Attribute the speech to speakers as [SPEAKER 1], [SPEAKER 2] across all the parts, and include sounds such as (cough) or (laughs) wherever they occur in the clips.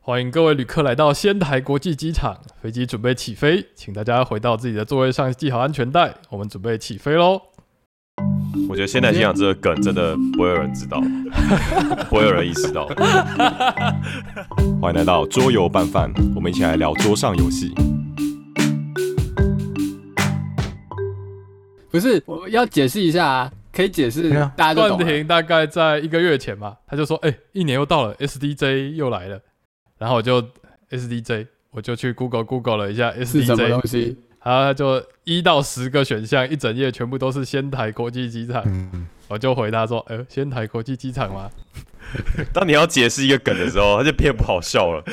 [SPEAKER 1] 欢迎各位旅客来到仙台国际机场，飞机准备起飞，请大家回到自己的座位上系好安全带，我们准备起飞喽。
[SPEAKER 2] 我觉得现在想这个梗真的不会有人知道， (laughs) 不会有人意识到。欢迎来到桌游拌饭，我们一起来聊桌上游戏。
[SPEAKER 3] 不是，我要解释一下啊，可以解释，大家都
[SPEAKER 1] 冠
[SPEAKER 3] 懂啊。
[SPEAKER 1] 廷大概在一个月前吧，他就说：“哎、一年又到了，SDJ 又来了。”然后我就 SDJ，我就去 Google Google 了一下
[SPEAKER 3] 是什么
[SPEAKER 1] SDJ，
[SPEAKER 3] 东西？
[SPEAKER 1] 然后他就一到十个选项，一整页全部都是仙台国际机场。
[SPEAKER 4] 嗯，
[SPEAKER 1] 我就回答说：“呃，仙台国际机场吗？
[SPEAKER 2] 当你要解释一个梗的时候，它就变不好笑了。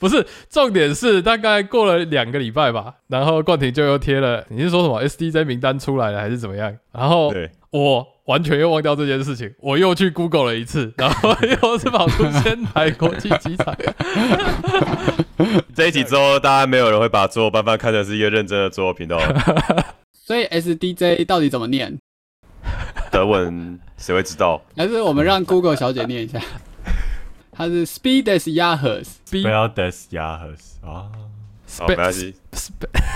[SPEAKER 1] 不是，重点是大概过了两个礼拜吧，然后冠廷就又贴了，你是说什么 SDJ 名单出来了还是怎么样？然后
[SPEAKER 2] 对，
[SPEAKER 1] 我完全又忘掉这件事情，我又去 Google 了一次，然后又是跑出仙台国际机场。 (laughs)
[SPEAKER 2] 这一集之后，大家没有人会把桌游拌饭看成是一个认真的哦桌游频道了。
[SPEAKER 3] 所以 SDJ 到底怎么念？
[SPEAKER 2] 德文谁会知道？
[SPEAKER 3] 还是我们让 Google 小姐念一下？它是 Speedes Yahus，
[SPEAKER 1] B
[SPEAKER 5] 不要 des yahus 啊，
[SPEAKER 2] 好，哦没关
[SPEAKER 1] space
[SPEAKER 2] 系，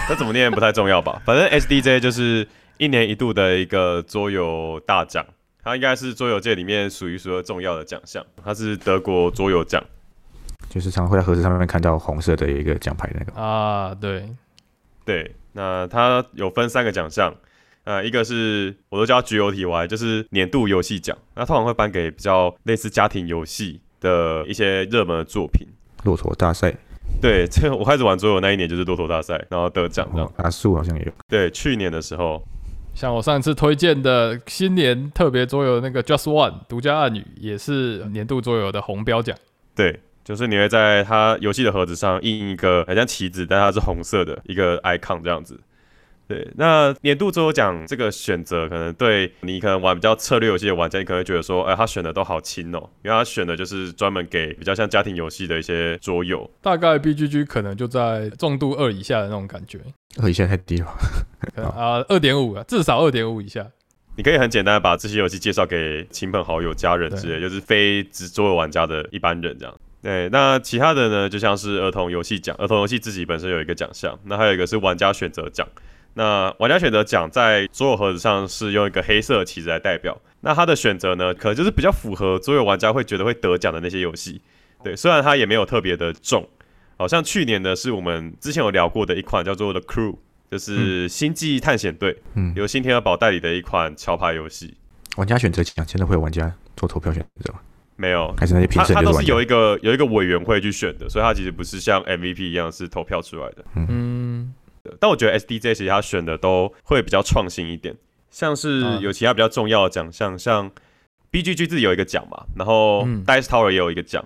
[SPEAKER 2] 那怎么念不太重要吧？反正 SDJ 就是一年一度的一个桌游大奖，它应该是桌游界里面数一数二重要的奖项，它是德国桌游奖。
[SPEAKER 4] 就是常会在盒子上面看到红色的一个奖牌的那个，
[SPEAKER 1] 啊，对，
[SPEAKER 2] 对，那它有分三个奖项，呃，一个是我都叫 GOTY，就是年度游戏奖，那通常会颁给比较类似家庭游戏的一些热门的作品。
[SPEAKER 4] 骆驼大赛，
[SPEAKER 2] 对，这我开始玩桌游那一年就是骆驼大赛，然后得奖这样。
[SPEAKER 4] 阿树好像也有，
[SPEAKER 2] 对，去年的时候，
[SPEAKER 1] 像我上次推荐的新年特别桌游的那个 Just One 独家暗语，也是年度桌游的红标奖。
[SPEAKER 2] 对，就是你会在它游戏的盒子上印一个很像旗子，但它是红色的一个 icon 这样子。对，那年度桌游奖这个选择，可能对你可能玩比较策略游戏的玩家，你可能会觉得说，哎、他选的都好轻哦、因为他选的就是专门给比较像家庭游戏的一些桌游。
[SPEAKER 1] 大概 BGG 可能就在重度二以下的那种感觉，
[SPEAKER 4] 二一下太低了，
[SPEAKER 1] 可能啊二点五啊，至少二点五以下。
[SPEAKER 2] 你可以很简单地把这些游戏介绍给亲朋好友、家人之类，就是非只桌游玩家的一般人这样。对，那其他的呢，就像是儿童游戏奖，儿童游戏自己本身有一个奖项，那还有一个是玩家选择奖。那玩家选择奖在桌游盒子上是用一个黑色的旗子来代表，那它的选择呢，可能就是比较符合桌游玩家会觉得会得奖的那些游戏。对，虽然它也没有特别的重，好像去年的是我们之前有聊过的一款叫做《The Crew》，就是《星际探险队》。
[SPEAKER 4] 嗯，
[SPEAKER 2] 由新天鹅堡代理的一款桥牌游戏，
[SPEAKER 4] 玩家选择奖真的会有玩家做投票选择吗？
[SPEAKER 2] 没有，
[SPEAKER 4] 还是那些评
[SPEAKER 2] 它
[SPEAKER 4] 审
[SPEAKER 2] 它
[SPEAKER 4] 就
[SPEAKER 2] 都
[SPEAKER 4] 玩
[SPEAKER 2] 是
[SPEAKER 4] 家
[SPEAKER 2] 有？一个有一个委员会去选的，所以它其实不是像 MVP 一样是投票出来的。
[SPEAKER 1] 嗯，
[SPEAKER 2] 但我觉得 SDJ 其实它选的都会比较创新一点，像是
[SPEAKER 1] 嗯
[SPEAKER 2] 有其他比较重要的奖项，像 BGG 自己有一个奖嘛，然后
[SPEAKER 1] 嗯
[SPEAKER 2] Dice Tower 也有一个奖，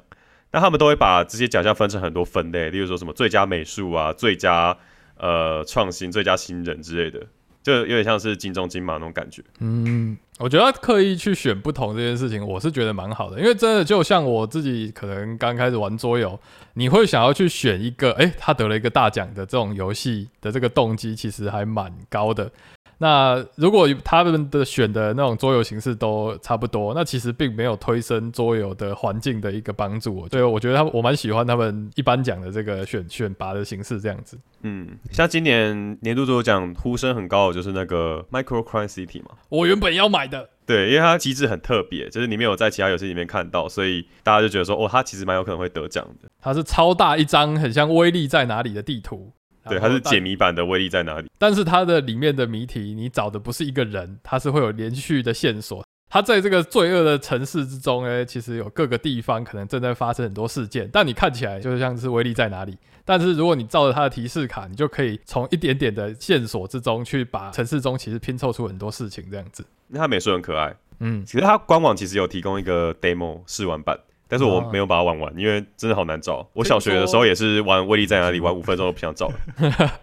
[SPEAKER 2] 那他们都会把这些奖项分成很多分类，例如说什么最佳美术啊、最佳呃创新、最佳新人之类的，就有点像是金钟金马那种感觉。
[SPEAKER 1] 嗯，我觉得刻意去选不同这件事情，我是觉得蛮好的，因为真的就像我自己可能刚开始玩桌游，你会想要去选一个，诶，他得了一个大奖的这种游戏的这个动机，其实还蛮高的。那如果他们的选的那种桌游形式都差不多，那其实并没有推升桌游的环境的一个帮助。所以我觉得他们我蛮喜欢他们一般讲的这个选选拔的形式这样子。
[SPEAKER 2] 嗯，像今年年度桌游奖呼声很高的就是那个 Micro Crime City 嘛，
[SPEAKER 1] 我原本要买的，
[SPEAKER 2] 对，因为它机制很特别，就是你没有在其他游戏里面看到，所以大家就觉得说，哦，它其实蛮有可能会得奖的。
[SPEAKER 1] 它是超大一张，很像威力在哪里的地图。
[SPEAKER 2] 对，
[SPEAKER 1] 然后
[SPEAKER 2] 它是
[SPEAKER 1] 但
[SPEAKER 2] 解，谜版的威力在哪里？
[SPEAKER 1] 但是它的里面的谜题，你找的不是一个人，它是会有连续的线索。它在这个罪恶的城市之中，呢，其实有各个地方可能正在发生很多事件，但你看起来就像是威力在哪里。但是如果你照着它的提示卡，你就可以从一点点的线索之中去把城市中其实拼凑出很多事情这样子。
[SPEAKER 2] 那它美术很可爱，
[SPEAKER 1] 嗯，
[SPEAKER 2] 其实它官网其实有提供一个 demo 试玩版，但是我
[SPEAKER 1] 哦
[SPEAKER 2] 没有把它玩完，因为真的好难找。我
[SPEAKER 1] 听
[SPEAKER 2] 小学的时候
[SPEAKER 1] 说
[SPEAKER 2] 也是玩威力在
[SPEAKER 1] (laughs)
[SPEAKER 2] 哪里，玩五分钟都不想找了，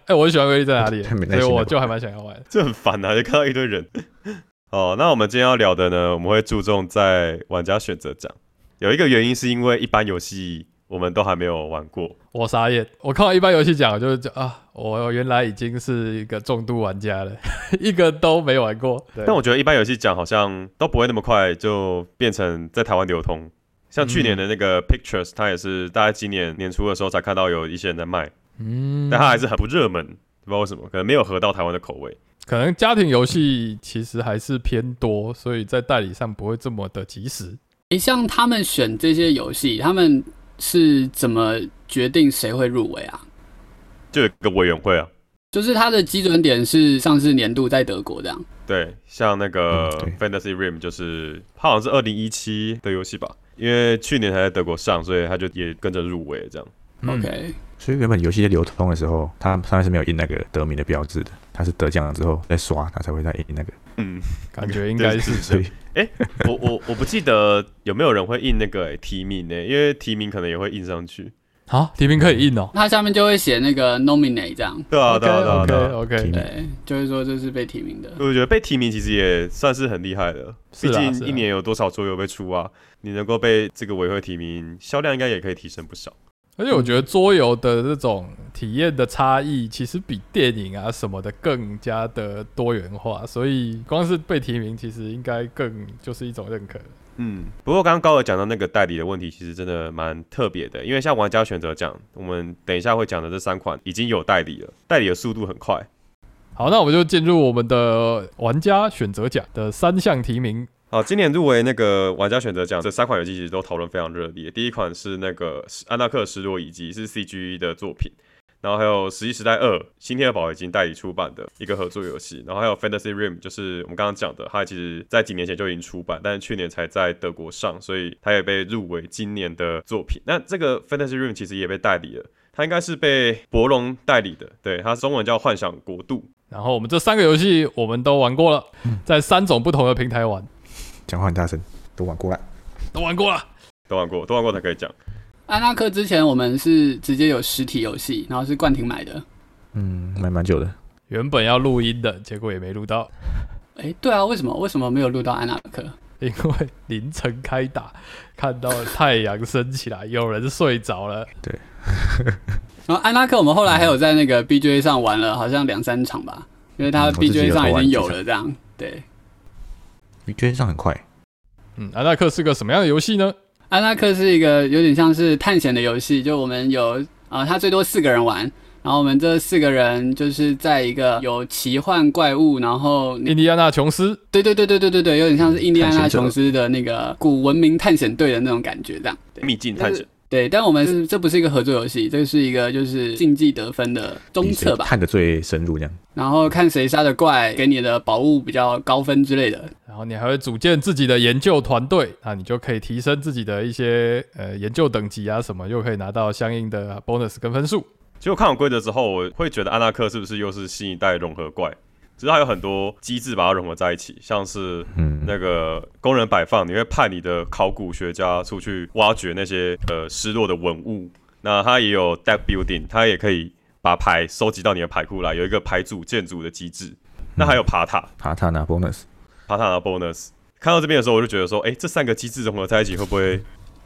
[SPEAKER 1] 哎、我很喜欢威力在哪里，
[SPEAKER 4] 太没耐
[SPEAKER 1] 所
[SPEAKER 4] 心
[SPEAKER 1] 以 (laughs)
[SPEAKER 4] 了
[SPEAKER 1] 我就还蛮想要玩的。
[SPEAKER 2] 这很烦啊，就看到一堆人。 (laughs) 哦，那我们今天要聊的呢，我们会注重在玩家选择奖。有一个原因是因为一般游戏我们都还没有玩过，
[SPEAKER 1] 我傻眼，我看到一般游戏讲，我就是讲啊，我原来已经是一个重度玩家了， (laughs) 一个都没玩过。对
[SPEAKER 2] 但我觉得一般游戏奖好像都不会那么快就变成在台湾流通。像去年的那
[SPEAKER 1] 嗯
[SPEAKER 2] 个 Pictures，它也是大概今年年初的时候才看到有一些人在卖，
[SPEAKER 1] 嗯，
[SPEAKER 2] 但它还是很不热门，不知道为什么，可能没有合到台湾的口味。
[SPEAKER 1] 可能家庭游戏其实还是偏多，所以在代理上不会这么的及时。
[SPEAKER 3] 诶，像他们选这些游戏，他们是怎么决定谁会入围啊？
[SPEAKER 2] 就有一个委员会啊，
[SPEAKER 3] 就是它的基准点是上次年度在德国这样。
[SPEAKER 2] 对，像那个
[SPEAKER 4] 嗯
[SPEAKER 2] Fantasy Rim 就是它好像是二零一七的游戏吧，因为去年还在德国上，所以它就也跟着入围
[SPEAKER 1] (laughs)
[SPEAKER 2] 这样。
[SPEAKER 1] 嗯
[SPEAKER 3] OK，
[SPEAKER 4] 所以原本游戏在流通的时候，它上面是没有印那个得名的标志的，它是得奖了之后再刷，它才会再印那个。
[SPEAKER 2] 嗯，
[SPEAKER 1] 感觉应该是
[SPEAKER 4] 所以
[SPEAKER 2] 我我我不记得有没有人会印那个、欸提名呢、因为提名可能也会印上去。
[SPEAKER 1] 好，提名可以印哦。
[SPEAKER 3] 它下面就会写那个 nominate 这样。
[SPEAKER 2] 对啊，对啊，对啊，
[SPEAKER 1] OK
[SPEAKER 2] 对啊。
[SPEAKER 1] OK，
[SPEAKER 4] 提名
[SPEAKER 3] 对，就是说这是被提名的。
[SPEAKER 2] 我觉得被提名其实也算是很厉害的，
[SPEAKER 1] 是
[SPEAKER 2] 毕
[SPEAKER 1] 啊
[SPEAKER 2] 竟
[SPEAKER 1] 是啊
[SPEAKER 2] 一年有多少桌游被出啊？你能够被这个委员会提名，销量应该也可以提升不少。
[SPEAKER 1] 而且我觉得桌游的这种体验的差异，其实比电影啊什么的更加的多元化，所以光是被提名，其实应该更就是一种认可。
[SPEAKER 2] 嗯，不过刚刚高尔讲到那个代理的问题，其实真的蛮特别的，因为像玩家选择奖，我们等一下会讲的这三款已经有代理了，代理的速度很快。
[SPEAKER 1] 好，那我们就进入我们的玩家选择奖的三项提名。
[SPEAKER 2] 好，今年入围那个玩家选择奖，这三款游戏其实都讨论非常热烈。第一款是那个《安纳克失落遗迹》，是 CGE 的作品，然后还有《十一时代二》，新天鹅堡已经代理出版的一个合作游戏，然后还有《Fantasy Rim》，就是我们刚刚讲的，它其实在几年前就已经出版，但是去年才在德国上，所以它也被入围今年的作品。那这个《Fantasy Rim》其实也被代理了。它应该是被博龙代理的，对，它中文叫《幻想国度》。
[SPEAKER 1] 然后我们这三个游戏我们都玩过了，在三种不同的平台玩，
[SPEAKER 4] 讲话很大声，都玩过来。
[SPEAKER 1] 都玩过了。
[SPEAKER 2] 都玩过，都玩过才可以讲。
[SPEAKER 3] 安拉克之前我们是直接有实体游戏，然后是冠廷买的。
[SPEAKER 4] 嗯，买蛮久的，
[SPEAKER 1] 原本要录音的，结果也没录到，
[SPEAKER 3] 诶，对啊，为什么为什么没有录到安拉克？
[SPEAKER 1] 因为凌晨开打，看到太阳升起来，有人睡着了。
[SPEAKER 3] 然后安拉克我们后来还有在那个 BJ 上玩了，好像两三场吧，因为他
[SPEAKER 4] 嗯我自己
[SPEAKER 3] BJ
[SPEAKER 4] 有
[SPEAKER 3] 上已
[SPEAKER 4] 玩
[SPEAKER 3] 经
[SPEAKER 4] 几
[SPEAKER 3] 有
[SPEAKER 4] 场
[SPEAKER 3] 了这样。对，
[SPEAKER 4] 你觉得上很快，
[SPEAKER 1] 嗯，安纳克是个什么样的游戏呢？
[SPEAKER 3] 安拉克是一个有点像是探险的游戏，就我们有啊，它最多四个人玩。然后我们这四个人就是在一个有奇幻怪物，然后你
[SPEAKER 1] 印第安纳琼斯。
[SPEAKER 3] 对对对对对对对，有点像是印第安纳
[SPEAKER 4] 探险者
[SPEAKER 3] 琼斯的那个古文明探险队的那种感觉，这样。对
[SPEAKER 2] 秘境探
[SPEAKER 3] 但
[SPEAKER 2] 险
[SPEAKER 3] 是，对，但我们是这不是一个合作游戏，这是一个就是竞技得分的中
[SPEAKER 4] 你
[SPEAKER 3] 测
[SPEAKER 4] 谁
[SPEAKER 3] 吧，
[SPEAKER 4] 看得最深入这样。
[SPEAKER 3] 然后看谁杀的怪，给你的宝物比较高分之类的。
[SPEAKER 1] 然后你还会组建自己的研究团队，那你就可以提升自己的一些呃研究等级啊什么，又可以拿到相应的 bonus 跟分数。
[SPEAKER 2] 其实我看完规则之后，我会觉得安纳克是不是又是新一代融合怪？只是它有很多机制把它融合在一起，像是
[SPEAKER 4] 嗯，
[SPEAKER 2] 那个工人摆放，你会派你的考古学家出去挖掘那些呃失落的文物。那它也有 deck building，它也可以把牌收集到你的牌库来，有一个牌组建组的机制。那还有爬塔，
[SPEAKER 4] 爬塔拿 bonus，
[SPEAKER 2] 爬塔拿 bonus。看到这边的时候，我就觉得说，哎、这三个机制融合在一起会不会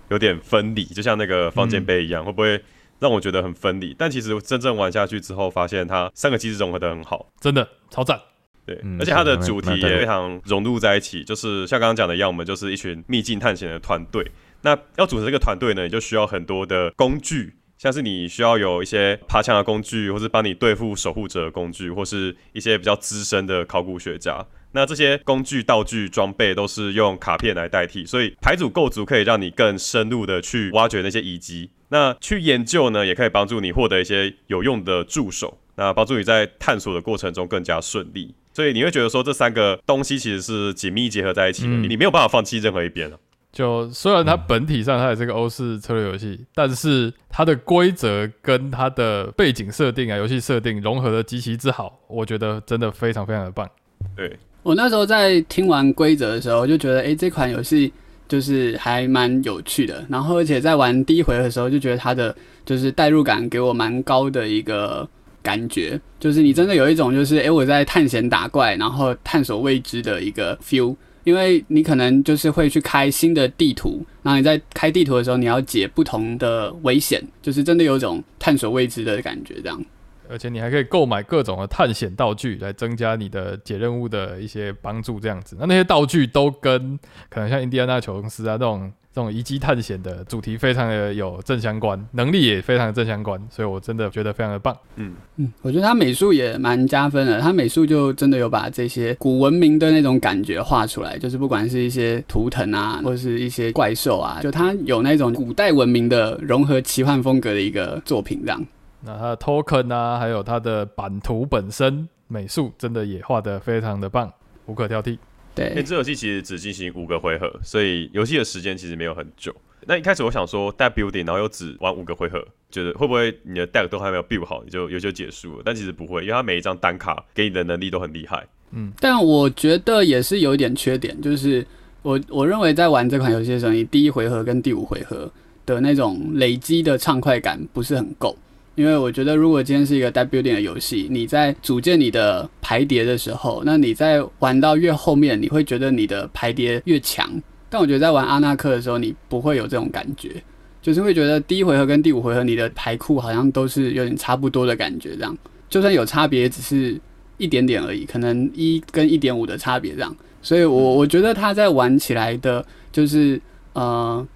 [SPEAKER 2] 有点分离？就像那个方尖碑一样，会不会让我觉得很分离？但其实真正玩下去之后，发现它三个机制融合的很好，
[SPEAKER 1] 真的超赞，
[SPEAKER 2] 对，
[SPEAKER 4] 嗯
[SPEAKER 2] 而且它的
[SPEAKER 4] 是蛮
[SPEAKER 2] 主题
[SPEAKER 4] 蛮对
[SPEAKER 2] 也
[SPEAKER 4] 的
[SPEAKER 2] 非常融入在一起。就是像刚刚讲的一样，我们就是一群秘境探险的团队。那要组成这个团队呢，你就需要很多的工具。像是你需要有一些爬墙的工具，或是帮你对付守护者的工具，或是一些比较资深的考古学家。那这些工具、道具、装备都是用卡片来代替，所以牌组构筑可以让你更深入的去挖掘那些遗迹。那去研究呢，也可以帮助你获得一些有用的助手，那帮助你在探索的过程中更加顺利。所以你会觉得说，这三个东西其实是紧密结合在一起的，
[SPEAKER 1] 嗯
[SPEAKER 2] 你你没有办法放弃任何一边啊了。
[SPEAKER 1] 就虽然它本体上它也是个欧式策略游戏，但是它的规则跟它的背景设定啊、游戏设定融合的极其之好，我觉得真的非常非常的棒。
[SPEAKER 2] 对，
[SPEAKER 3] 我那时候在听完规则的时候，就觉得诶，这款游戏就是还蛮有趣的。然后而且在玩第一回合的时候，就觉得它的就是代入感给我蛮高的一个感觉，就是你真的有一种就是诶，我在探险打怪，然后探索未知的一个 feel。因为你可能就是会去开新的地图，然后你在开地图的时候，你要解不同的危险，就是真的有一种探索未知的感觉，这样。
[SPEAKER 1] 而且你还可以购买各种的探险道具来增加你的解任务的一些帮助，这样子。那那些道具都跟可能像印第安纳琼斯啊这种这种遗迹探险的主题非常的有正相关，能力也非常的正相关，所以我真的觉得非常的棒。
[SPEAKER 2] 嗯，
[SPEAKER 3] 嗯，我觉得他美术也蛮加分的，他美术就真的有把这些古文明的那种感觉画出来，就是不管是一些图腾啊，或是一些怪兽啊，就他有那种古代文明的融合奇幻风格的一个作品这样。
[SPEAKER 1] 那它的 token 啊，还有它的版图本身美术真的也画得非常的棒，无可挑剔。
[SPEAKER 2] 因
[SPEAKER 3] 对
[SPEAKER 2] 为，这游戏其实只进行五个回合，所以游戏的时间其实没有很久。那一开始我想说带 building，然后又只玩五个回合，觉得会不会你的 deck 都还没有 build 好，你就游戏就结束了？但其实不会，因为它每一张单卡给你的能力都很厉害。
[SPEAKER 1] 嗯
[SPEAKER 3] 但我觉得也是有一点缺点，就是我我认为在玩这款游戏的时候，你第一回合跟第五回合的那种累积的畅快感不是很够。因为我觉得，如果今天是一个 deck building 的游戏，你在组建你的牌叠的时候，那你在玩到越后面，你会觉得你的牌叠越强。但我觉得在玩阿纳克的时候，你不会有这种感觉，就是会觉得第一回合跟第五回合你的牌库好像都是有点差不多的感觉，这样就算有差别，只是一点点而已，可能一跟一点五的差别这样。所以我我觉得他在玩起来的，就是呃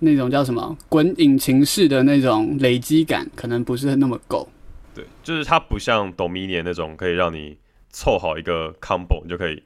[SPEAKER 3] 那种叫什么滚引擎式的那种累积感，可能不是那么够。
[SPEAKER 2] 对，就是它不像 Dominion 那种可以让你凑好一个 combo 你就可以，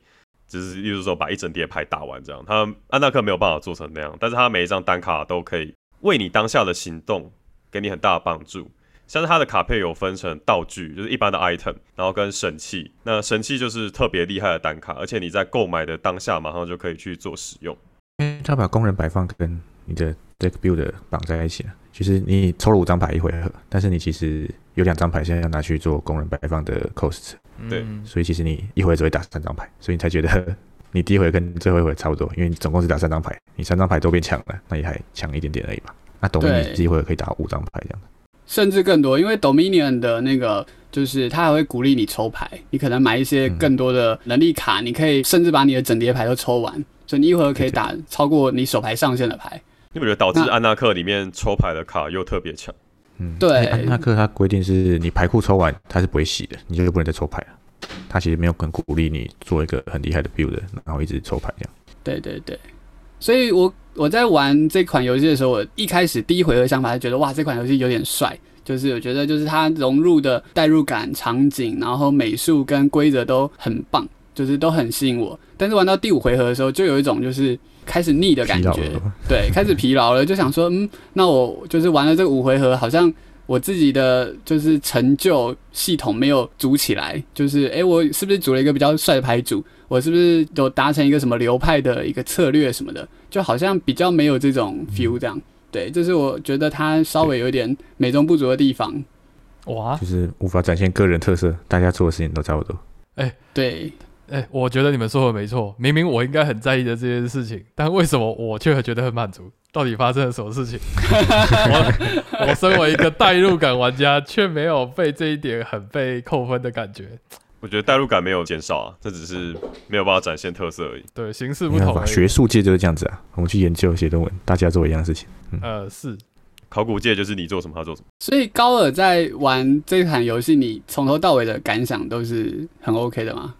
[SPEAKER 2] 只是例如说把一整叠牌打完这样。它安纳克没有办法做成那样，但是它每一张单卡都可以为你当下的行动给你很大的帮助。像是它的卡片有分成道具，就是一般的 item，然后跟神器。那神器就是特别厉害的单卡，而且你在购买的当下马上就可以去做使用。
[SPEAKER 4] 因为他把工人摆放跟你的 deck builder 绑在一起了。其实你抽了五张牌一回合，但是你其实有两张牌现在要拿去做工人摆放的 cost，
[SPEAKER 2] 对
[SPEAKER 1] 嗯
[SPEAKER 4] 所以其实你一回合只会打三张牌，所以你才觉得你第一回合跟最后一回合差不多，因为你总共只打三张牌，你三张牌都变强了，那也还强一点点而已吧。那懂
[SPEAKER 3] 对
[SPEAKER 4] 你第一回合可以打五张牌这样。
[SPEAKER 3] 甚至更多，因为 Dominion 的那个就是它还会鼓励你抽牌，你可能买一些更多的能力卡，你可以甚至把你的整叠牌都抽完，所以你一回合可以打超过你手牌上限的牌。
[SPEAKER 2] 你有没有觉得导致
[SPEAKER 3] 那
[SPEAKER 2] 安纳克里面抽牌的卡又特别强？
[SPEAKER 4] 嗯，
[SPEAKER 3] 对
[SPEAKER 4] 因为安纳克它规定是你牌库抽完，它是不会洗的，你就不能再抽牌了。它其实没有很鼓励你做一个很厉害的 build，然后一直抽牌这样。
[SPEAKER 3] 对对对，所以我我在玩这款游戏的时候，我一开始第一回合想法是觉得哇，这款游戏有点帅，就是我觉得就是它融入的代入感、场景，然后美术跟规则都很棒，就是都很吸引我。但是玩到第五回合的时候，就有一种就是开始腻的感
[SPEAKER 4] 疲劳
[SPEAKER 3] 觉，
[SPEAKER 4] 了，
[SPEAKER 3] 对，开始疲劳了，就想说，嗯，那我就是玩了这五回合，好像我自己的就是成就系统没有组起来，就是诶，我是不是组了一个比较帅的牌组？我是不是有达成一个什么流派的一个策略什么的？就好像比较没有这种 feel 这样。对，这是我觉得它稍微有点美中不足的地方。
[SPEAKER 1] 哇，
[SPEAKER 4] 啊就是无法展现个人特色，大家做的事情都差不多。
[SPEAKER 3] 对，
[SPEAKER 1] 哎、我觉得你们说的没错，明明我应该很在意的这件事情，但为什么我却觉得很满足？到底发生了什么事情？我我身为一个代入感玩家，却没有被这一点很被扣分的感觉。
[SPEAKER 2] 我觉得代入感没有减少啊，这只是没有办法展现特色而已。
[SPEAKER 1] 对，形式
[SPEAKER 4] 没
[SPEAKER 1] 不
[SPEAKER 4] 办
[SPEAKER 1] 同
[SPEAKER 4] 法，
[SPEAKER 1] 而已，
[SPEAKER 4] 学术界就是这样子啊。我们去研究写论文，大家做一样的事情。
[SPEAKER 1] 呃是
[SPEAKER 2] 考古界就是你做什么，他做什么。
[SPEAKER 3] 所以高尔在玩这款游戏，你从头到尾的感想都是很 OK 的吗？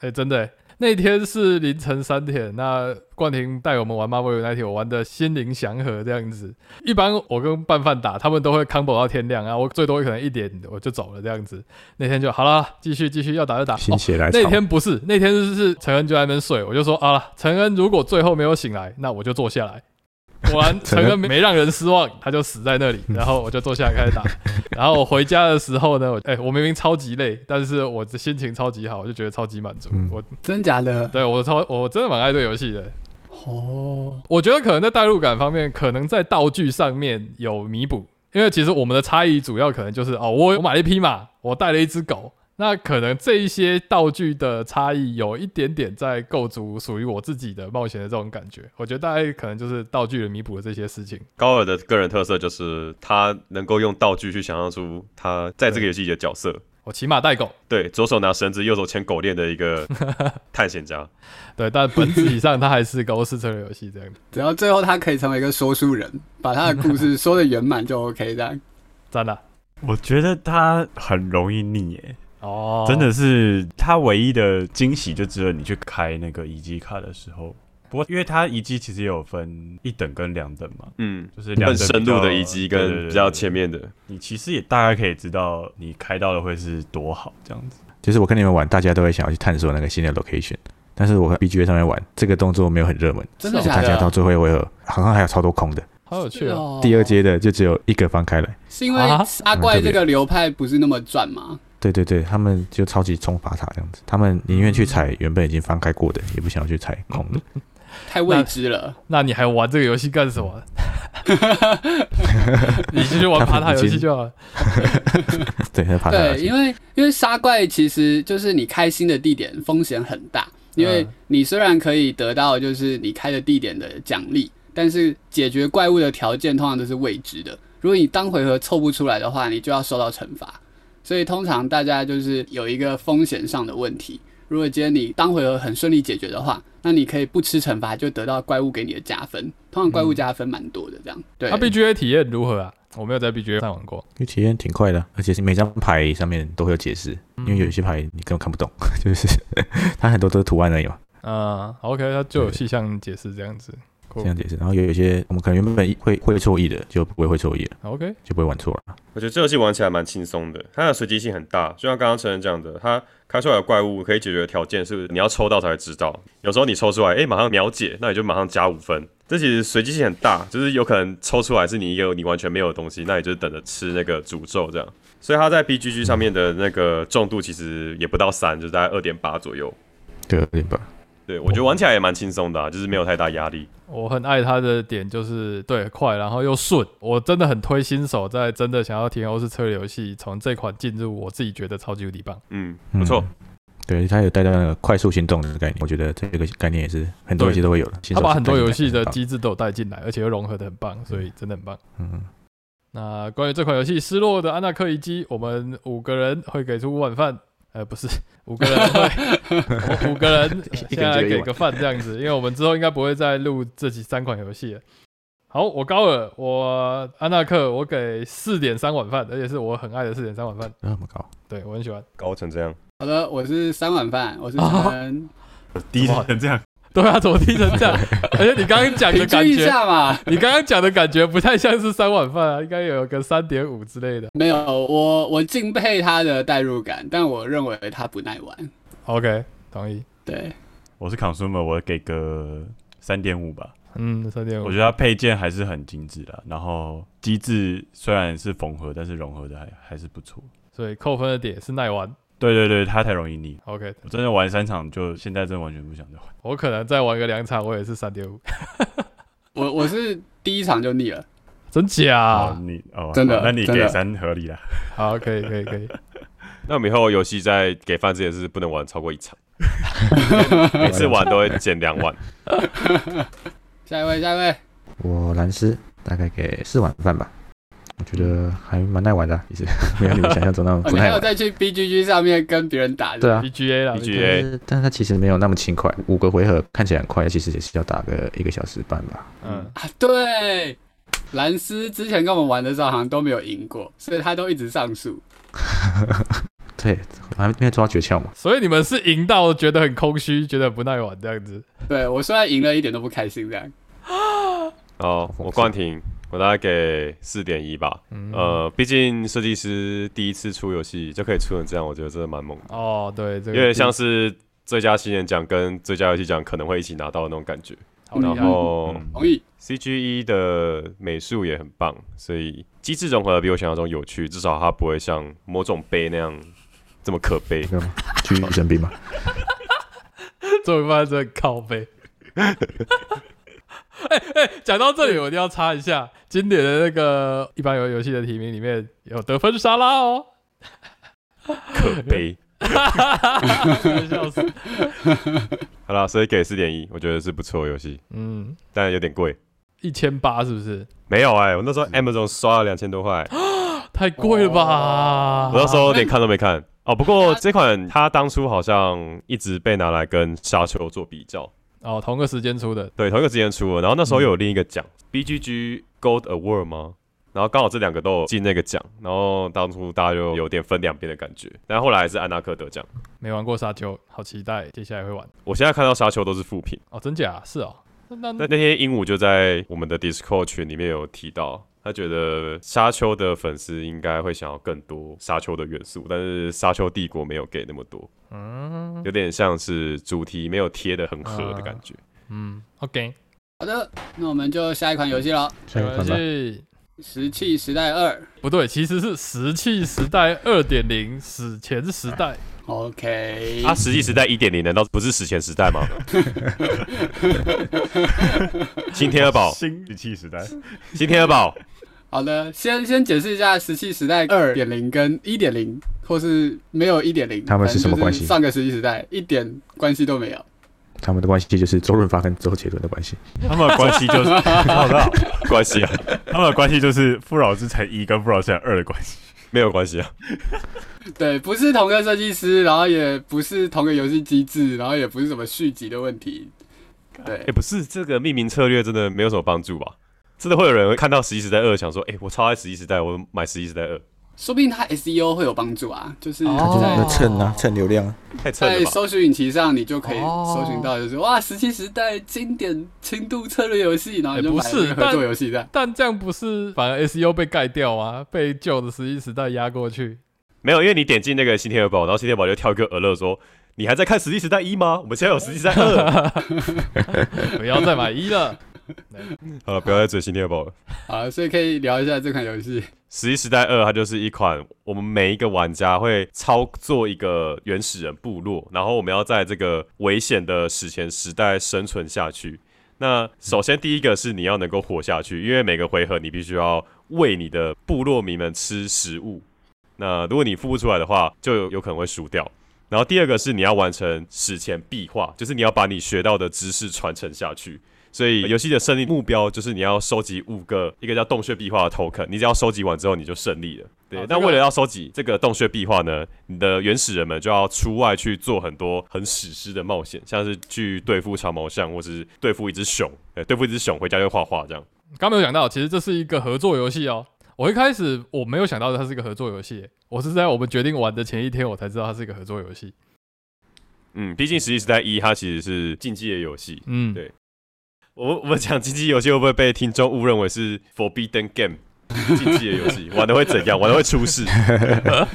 [SPEAKER 1] 哎、真的欸、那天是凌晨三点，那冠廷带我们玩 Marvel United，我玩的心灵祥和这样子。一般我跟拌饭打，他们都会 combo 到天亮啊，我最多可能一点我就走了这样子。那天就好了，继续继续要打就打。
[SPEAKER 4] 心
[SPEAKER 1] 哦
[SPEAKER 4] 血来潮，
[SPEAKER 1] 那天不是，那天是陈恩就在那边睡，我就说啊，陈恩如果最后没有醒来，那我就坐下来。果然
[SPEAKER 4] (laughs)
[SPEAKER 1] 陈
[SPEAKER 4] 陈恩
[SPEAKER 1] 恩没让人失望，他就死在那里，然后我就坐下来开
[SPEAKER 4] (laughs)
[SPEAKER 1] 始打。然后我回家的时候呢，我哎、我明明超级累，但是我的心情超级好，我就觉得超级满足。
[SPEAKER 4] 嗯
[SPEAKER 1] 我
[SPEAKER 3] 真假的？
[SPEAKER 1] 对我超我真的蛮爱这游戏的，
[SPEAKER 3] 哦，
[SPEAKER 1] 我觉得可能在代入感方面，可能在道具上面有弥补，因为其实我们的差异主要可能就是哦，我我买了一匹马，我带了一只狗，那可能这一些道具的差异有一点点在构筑属于我自己的冒险的这种感觉。我觉得大概可能就是道具的弥补了这些事情。
[SPEAKER 2] 高尔的个人特色就是他能够用道具去想象出他在这个游戏里的角色。
[SPEAKER 1] 我骑马带狗，
[SPEAKER 2] 对，左手拿绳子，右手牵狗链的一个探险家。
[SPEAKER 1] 对，但本质以上它还是个欧式策略游戏这样。
[SPEAKER 3] 只要最后他可以成为一个说书人，把他的故事说的圆满就 OK 这样。
[SPEAKER 1] 赞了，啊
[SPEAKER 5] 我觉得它很容易腻诶、
[SPEAKER 1] 哦，
[SPEAKER 5] 真的是它唯一的惊喜就只有你去开那个遗迹卡的时候。不过因为它遗迹其实也有分一等跟两等嘛，
[SPEAKER 2] 嗯，
[SPEAKER 5] 就是两
[SPEAKER 2] 更
[SPEAKER 5] 等
[SPEAKER 2] 深
[SPEAKER 5] 比较
[SPEAKER 2] 入的遗迹
[SPEAKER 5] 对对对
[SPEAKER 2] 跟比较前面的，
[SPEAKER 5] 你其实也大概可以知道你开到的会是多好这样子。
[SPEAKER 4] 就是我跟你们玩，大家都会想要去探索那个新的 location，但是我和 BGA 上面玩这个动作没有很热门，
[SPEAKER 3] 真的
[SPEAKER 1] 是哦
[SPEAKER 3] 假
[SPEAKER 4] 大家到
[SPEAKER 3] 的？
[SPEAKER 4] 最后一回合好像还有超多空的，
[SPEAKER 1] 好有趣
[SPEAKER 3] 是
[SPEAKER 1] 哦。
[SPEAKER 3] 哦
[SPEAKER 4] 第二阶的就只有一个放开来。
[SPEAKER 3] 是因为
[SPEAKER 1] 啊
[SPEAKER 3] 阿怪这个流派不是那么赚吗？
[SPEAKER 4] 对对对，他们就超级冲法塔这样子，他们宁愿去踩原本已经翻开过的，也不想要去踩空
[SPEAKER 1] (laughs)
[SPEAKER 4] 的。
[SPEAKER 3] 太未知了。
[SPEAKER 1] 那你还玩这个游戏干什
[SPEAKER 5] (laughs)
[SPEAKER 1] 么？你继续玩爬塔游戏就好了。
[SPEAKER 4] 对，那爬塔游
[SPEAKER 3] 对，
[SPEAKER 4] 戏
[SPEAKER 3] 因为因为杀怪其实就是你开新的地点风险很大，因为
[SPEAKER 1] 嗯
[SPEAKER 3] 你虽然可以得到就是你开的地点的奖励，但是解决怪物的条件通常都是未知的。如果你当回合凑不出来的话，你就要受到惩罚。所以通常大家就是有一个风险上的问题。如果今天你当回合很顺利解决的话，那你可以不吃惩罚就得到怪物给你的加分。通常怪物加分蛮多的，这样。对，
[SPEAKER 1] 那 BGA 体验如何啊？我没有在 BGA 上玩过。
[SPEAKER 4] 因为体验挺快的，而且是每张牌上面都会有解释，因为有一些牌你根本看不懂， (laughs) 就是它很多都是图案而已嘛，
[SPEAKER 1] 嗯，OK，它就有细项解释这样子。
[SPEAKER 4] 这
[SPEAKER 1] Cool
[SPEAKER 4] 样解释。然后有有一些我们可能原本会会错意的，就不会会错意了，
[SPEAKER 1] OK，
[SPEAKER 4] 就不会玩错了。
[SPEAKER 2] 我觉得这游戏玩起来蛮轻松的，它的随机性很大，就像刚刚陈人讲的，它开出来的怪物可以解决的条件是你要抽到才会知道，有时候你抽出来，哎、马上秒解，那你就马上加五分。这其实随机性很大，就是有可能抽出来是你一个你完全没有的东西，那你就等着吃那个诅咒这样。所以它在 BGG 上面的那个重度其实也不到三，就是大概二点八左右。
[SPEAKER 4] 对，有点吧。
[SPEAKER 2] 对我觉得玩起来也蛮轻松的、啊，就是没有太大压力。
[SPEAKER 1] 我很爱它的点就是对快，然后又顺。我真的很推新手在真的想要体验欧式策略游戏，从这款进入，我自己觉得超级无敌棒。
[SPEAKER 2] 嗯，不错。
[SPEAKER 4] 嗯对，它有带到那个快速行动的概念，我觉得这个概念也是很多游戏都会有的。新
[SPEAKER 1] 他
[SPEAKER 4] 手
[SPEAKER 1] 把很多
[SPEAKER 4] 概念
[SPEAKER 1] 游戏的
[SPEAKER 4] 很棒
[SPEAKER 1] 机制都有带进来，而且又融合的很棒，所以真的很棒。
[SPEAKER 4] 嗯，
[SPEAKER 1] 那关于这款游戏《失落的安娜克遗迹》，我们五个人会给出五碗饭，呃，不是五个人会，我五个人
[SPEAKER 4] (laughs) 一
[SPEAKER 1] 现
[SPEAKER 4] 个人
[SPEAKER 1] 在
[SPEAKER 4] 就一
[SPEAKER 1] 给
[SPEAKER 4] 碗
[SPEAKER 1] 个饭这样子，因为我们之后应该不会再录这几三款游戏了。好，我高尔，我安娜克，我给四点三碗饭，而且是我很爱的四点三碗饭，
[SPEAKER 4] 那么高，
[SPEAKER 1] 对我很喜欢。
[SPEAKER 2] 高成这样，
[SPEAKER 3] 好的，我是三碗饭，我是
[SPEAKER 1] 哦 (laughs)
[SPEAKER 3] 陈，
[SPEAKER 5] 第一层这样，
[SPEAKER 1] 对啊，怎么踢成这样？而且你刚刚
[SPEAKER 4] (laughs)
[SPEAKER 1] 讲的
[SPEAKER 3] 平均
[SPEAKER 1] 感
[SPEAKER 3] 一
[SPEAKER 1] 觉，
[SPEAKER 3] 下嘛。
[SPEAKER 1] 你刚刚讲的感觉不太像是三碗饭啊，应该有个三点五之类的。
[SPEAKER 3] 没有，我我敬佩他的代入感，但我认为他不耐玩。
[SPEAKER 1] OK，同意。
[SPEAKER 3] 对，
[SPEAKER 5] 我是 consumer，我给个三点五吧。
[SPEAKER 1] 嗯，三点五，
[SPEAKER 5] 我觉得它配件还是很精致的，然后机制虽然是缝合，但是融合的还还是不错。
[SPEAKER 1] 所以扣分的点是耐玩。
[SPEAKER 5] 对对对，它太容易腻。
[SPEAKER 1] OK，
[SPEAKER 5] 我真的玩三场就现在真的完全不想再玩。
[SPEAKER 1] 我可能再玩个两场，我也是三点五， (laughs)
[SPEAKER 3] 我我是第一场就腻了。
[SPEAKER 1] 真假、
[SPEAKER 5] 好你哦，
[SPEAKER 3] 啊真的
[SPEAKER 5] 好那你
[SPEAKER 3] 真的
[SPEAKER 5] 给三合理啦。啊
[SPEAKER 1] 好，可以，可以，可以。
[SPEAKER 2] 那我们以后游戏在给饭之前是不能玩超过
[SPEAKER 1] (laughs)
[SPEAKER 2] 一场，每次玩都会减两碗。
[SPEAKER 3] 下一位，下一位，
[SPEAKER 4] 我蓝斯大概给四碗饭吧，我觉得还蛮耐玩的啊，其实 (laughs) 没有你们想象中那么
[SPEAKER 3] 哦、
[SPEAKER 4] 不
[SPEAKER 3] 你还
[SPEAKER 4] 耐
[SPEAKER 3] 有
[SPEAKER 4] 玩。
[SPEAKER 3] 再去 BGG 上面跟别人打
[SPEAKER 4] 对
[SPEAKER 3] 的。
[SPEAKER 4] 啊，
[SPEAKER 1] BGA E 啦
[SPEAKER 2] BGA
[SPEAKER 4] 但是但是它其实没有那么轻快，五个回合看起来很快，其实也是要打个一个小时半吧。 (laughs)
[SPEAKER 1] 嗯，
[SPEAKER 3] 啊，对，蓝斯之前跟我们玩的时候好像都没有赢过，所以他都一直上诉。
[SPEAKER 4] 对，我还没有抓诀窍嘛。
[SPEAKER 1] 所以你们是赢到觉得很空虚，觉得不耐玩这样子。
[SPEAKER 3] 对我虽然赢了一点都不开心，这样。
[SPEAKER 2] 哦，我
[SPEAKER 1] (laughs)
[SPEAKER 2] 冠廷，我大概给四点一吧。
[SPEAKER 1] 嗯，
[SPEAKER 2] 呃，毕竟设计师第一次出游戏就可以出成这样，我觉得真的蛮猛的，
[SPEAKER 1] 哦，对，这个
[SPEAKER 2] 有点像是最佳新人奖跟最佳游戏奖可能会一起拿到的那种感觉。哦
[SPEAKER 1] 好厉
[SPEAKER 2] 然
[SPEAKER 1] 害
[SPEAKER 3] 嗯
[SPEAKER 2] 后
[SPEAKER 3] 同意。
[SPEAKER 2] CGE E 的美术也很棒，所以机制融合得比我想象中有趣，至少它不会像某种杯那样这么可悲。
[SPEAKER 4] 那个去生 (laughs) 病嘛，
[SPEAKER 1] 做一半真的很靠背。 (laughs) 哎哎，讲、到这里，我一定要插一下，经典的那个一般游游戏的提名里面有得分沙拉哦， (laughs)
[SPEAKER 2] 可悲。
[SPEAKER 1] 笑死。
[SPEAKER 2] 好啦，所以给四点一，我觉得是不错的游戏，
[SPEAKER 1] 嗯，
[SPEAKER 2] 但有点贵。
[SPEAKER 1] 一千八是不是？
[SPEAKER 2] 没有哎、我那时候 Amazon 刷了两千多块，
[SPEAKER 1] 太贵了吧！
[SPEAKER 2] 哦我那时候连看都没看哦。不过这款它当初好像一直被拿来跟沙丘做比较，
[SPEAKER 1] 哦，同个时间出的，
[SPEAKER 2] 嗯对，同一个时间出的。然后那时候有另一个奖、b g g Gold Award 吗？然后刚好这两个都有进那个奖，然后当初大家就有点分两边的感觉，但后来还是安纳克得奖。
[SPEAKER 1] 没玩过沙丘，好期待接下来会玩
[SPEAKER 2] 我现在看到沙丘都是负评，
[SPEAKER 1] 哦，真假是哦，那
[SPEAKER 2] 那
[SPEAKER 1] 那
[SPEAKER 2] 那天鹦鹉就在我们的 Discord 群里面有提到，他觉得沙丘的粉丝应该会想要更多沙丘的元素，但是沙丘帝国没有给那么多，嗯，有点像是主题没有贴的很合的感觉。
[SPEAKER 1] 嗯，OK，
[SPEAKER 3] 好的，那我们就下一款游戏了，
[SPEAKER 4] 下
[SPEAKER 1] 没
[SPEAKER 4] 一款
[SPEAKER 1] 关 (laughs)
[SPEAKER 4] 吧。(laughs)
[SPEAKER 1] 系。
[SPEAKER 3] 《石器时代二》。
[SPEAKER 1] 不对，其实是石器时代二点零史前时代。
[SPEAKER 3] OK，
[SPEAKER 2] 啊，石器时代一点零难道不是史前时代吗？新天鹅堡，
[SPEAKER 5] 新石器时代，
[SPEAKER 2] 新天鹅堡，
[SPEAKER 3] 好的，先先解释一下《石器时代二点零》跟一点零，或是没有一点零，
[SPEAKER 4] 它们是什么关系
[SPEAKER 3] 上个石器时代一点关系都没有。
[SPEAKER 4] 他们的关系就是周润发跟周杰伦的关系。
[SPEAKER 5] 他们的关系就是，
[SPEAKER 3] (laughs)
[SPEAKER 5] 好的，
[SPEAKER 2] 关系啊，
[SPEAKER 5] 他们的关系就是富饶之城一跟富饶之城二的关系。
[SPEAKER 2] 没有关系啊，
[SPEAKER 3] 对，不是同个设计师，然后也不是同个游戏机制，然后也不是什么续集的问题。对
[SPEAKER 2] 哎、，不是这个命名策略真的没有什么帮助吧？真的会有人看到《石器时代二》想说，哎、我超爱《石器时代》，我买《石器时代二》，
[SPEAKER 3] 说不定它 SEO 会有帮助啊，就是在、
[SPEAKER 1] 哦
[SPEAKER 4] 就是那蹭啊，蹭流量啊。
[SPEAKER 2] 太蹭
[SPEAKER 3] 在
[SPEAKER 2] 了吧？
[SPEAKER 3] 搜寻引擎上，你就可以
[SPEAKER 1] 哦
[SPEAKER 3] 搜寻到，就是、哇，石器时代经典轻度策略游戏，然后你就
[SPEAKER 1] 哎不
[SPEAKER 3] 买
[SPEAKER 1] 是
[SPEAKER 3] 了一个合作
[SPEAKER 1] 但
[SPEAKER 3] 游戏这样。
[SPEAKER 1] 但这样不是反而 SU 被盖掉啊？被旧的石器时代压过去。
[SPEAKER 2] 没有，因为你点进那个新天鹅堡，然后新天鹅堡就跳一个鹅乐说：“你还在看《实力时代一》吗？我们现在有《实力时代二》
[SPEAKER 1] (laughs) 不要再买一了。
[SPEAKER 2] 好了，不要再追新天鹅堡了。《
[SPEAKER 3] 好，所以可以聊一下这款游戏。
[SPEAKER 2] 实力时代二》它就是一款我们每一个玩家会操作一个原始人部落，然后我们要在这个危险的史前时代生存下去。那首先第一个是你要能够活下去，因为每个回合你必须要喂你的部落民们吃食物。那如果你付不出来的话，就有有可能会输掉。然后第二个是你要完成史前壁画，就是你要把你学到的知识传承下去。所以游戏的胜利目标就是你要收集五个，一个叫洞穴壁画的 token，你只要收集完之后你就胜利了。对，
[SPEAKER 1] 好
[SPEAKER 2] 那
[SPEAKER 1] 这个
[SPEAKER 2] 为了要收集这个洞穴壁画呢，你的原始人们就要出外去做很多很史诗的冒险，像是去对付长毛象，或是对付一只熊，呃，对付一只熊回家就画画这样。
[SPEAKER 1] 刚没有讲到，其实这是一个合作游戏哦。我一开始我没有想到它是一个合作游戏，我是在我们决定玩的前一天，我才知道它是一个合作游戏。
[SPEAKER 2] 嗯，毕竟《实际时代一》它其实是竞技的游戏，
[SPEAKER 1] 嗯，
[SPEAKER 2] 对我们我们讲竞技游戏会不会被听众误认为是 Forbidden Game 竞技的游戏？玩的会怎样？玩的会出事 (laughs)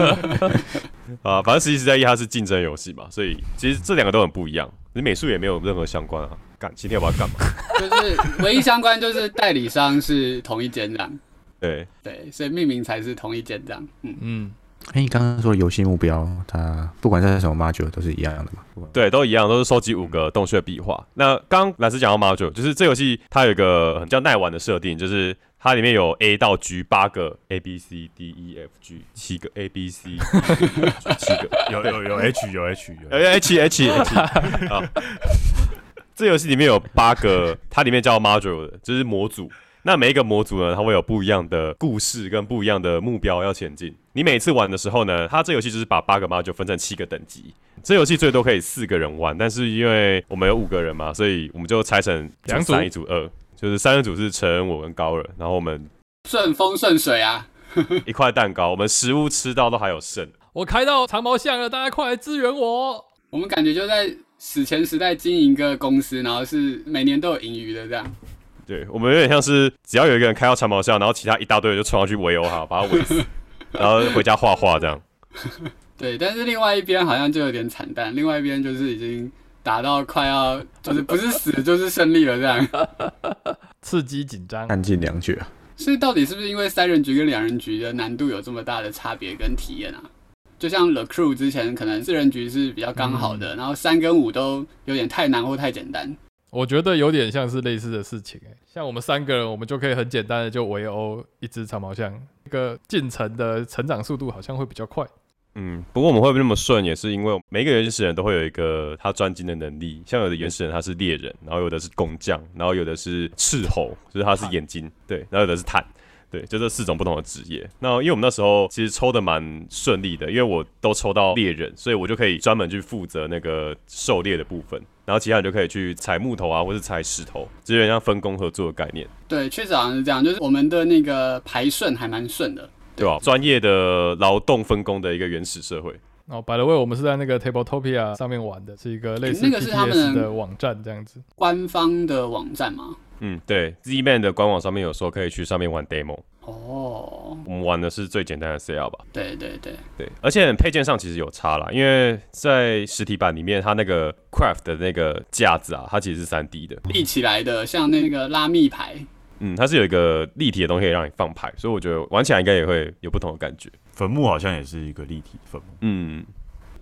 [SPEAKER 2] 啊！反正《实际时代一》它是竞争游戏嘛，所以其实这两个都很不一样。你美术也没有任何相关啊。干，今天我要干嘛？
[SPEAKER 3] 就是唯一相关就是代理商是同一间这样，
[SPEAKER 2] 对，
[SPEAKER 3] 对，所以命名才是同一间这样。嗯，
[SPEAKER 1] 嗯，
[SPEAKER 4] 哎、你刚刚说游戏目标，它不管是什么马九都是一样的嘛？不管
[SPEAKER 2] 对，都一样，都是收集五个洞穴壁画。那刚刚老师讲到 module，就是这游戏它有一个很叫耐玩的设定，就是它里面有 A 到 G 八个 A B C D E F G 七个 A B C E 七个，
[SPEAKER 5] 有有有 H 有 H 有 H，
[SPEAKER 2] 呃
[SPEAKER 1] (laughs)
[SPEAKER 2] H H H 啊，这游戏里面有八个，它里面叫 module 的，就是模组。那每一个模组呢，它会有不一样的故事跟不一样的目标要前进。你每次玩的时候呢，它这游戏就是把八个 module 分成七个等级。这游戏最多可以四个人玩，但是因为我们有五个人嘛，所以我们就拆成
[SPEAKER 1] 两组
[SPEAKER 2] 三一组二，就是三人组是陈恩我跟高人，然后我们
[SPEAKER 3] 顺风顺水啊，
[SPEAKER 2] 一块蛋糕，我们食物吃到都还有剩。
[SPEAKER 1] 我开到长毛象了，大家快来支援我！
[SPEAKER 3] 我们感觉就在史前时代经营一个公司，然后是每年都有盈余的这样。
[SPEAKER 2] 对我们有点像是，只要有一个人开到长毛象，然后其他一大堆人就冲上去围殴他，把他围死，然后回家画画这样。
[SPEAKER 3] 对，但是另外一边好像就有点惨淡，另外一边就是已经打到快要就是不是死就是胜利了这样。 (laughs)
[SPEAKER 1] 刺激紧张，
[SPEAKER 4] 弹尽粮绝啊。
[SPEAKER 3] 所以到底是不是因为三人局跟两人局的难度有这么大的差别跟体验啊？就像 The Crew 之前可能四人局是比较刚好的，然后三跟五都有点太难或太简单。
[SPEAKER 1] 我觉得有点像是类似的事情、欸。像我们三个人，我们就可以很简单的就围殴一只长毛象，这个进程的成长速度好像会比较快。
[SPEAKER 2] 嗯，不过我们会不会那么顺，也是因为每一个原始人都会有一个他专精的能力，像有的原始人他是猎人，然后有的是工匠，然后有的是斥候，就是他是眼睛，对，然后有的是坦。对，就这四种不同的职业。那因为我们那时候其实抽的蛮顺利的，因为我都抽到猎人，所以我就可以专门去负责那个狩猎的部分，然后其他人就可以去采木头啊，或是采石头，就有点像分工合作的概念，
[SPEAKER 3] 对，确实好像是这样，就是我们的那个排顺还蛮顺的。
[SPEAKER 2] 对吧？专业的劳动分工的一个原始社会。
[SPEAKER 1] 哦，by the way，我们是在那个 Tabletopia 上面玩的，是一个类似
[SPEAKER 3] 那个是他们
[SPEAKER 1] TTS 的网站这样子。
[SPEAKER 3] 官方的网站嘛，
[SPEAKER 2] 嗯，对，Zman 的官网上面有说可以去上面玩 demo，
[SPEAKER 3] 哦，
[SPEAKER 2] 我们玩的是最简单的 CL 吧。
[SPEAKER 3] 对对对，
[SPEAKER 2] 对，而且配件上其实有差啦，因为在实体版里面，它那个 craft 的那个架子啊，它其实是3 D 的，
[SPEAKER 3] 立起来的，像那个拉密牌，
[SPEAKER 2] 嗯，它是有一个立体的东西可以让你放牌，所以我觉得玩起来应该也会有不同的感觉。
[SPEAKER 5] 坟墓好像也是一个立体坟墓，
[SPEAKER 2] 嗯，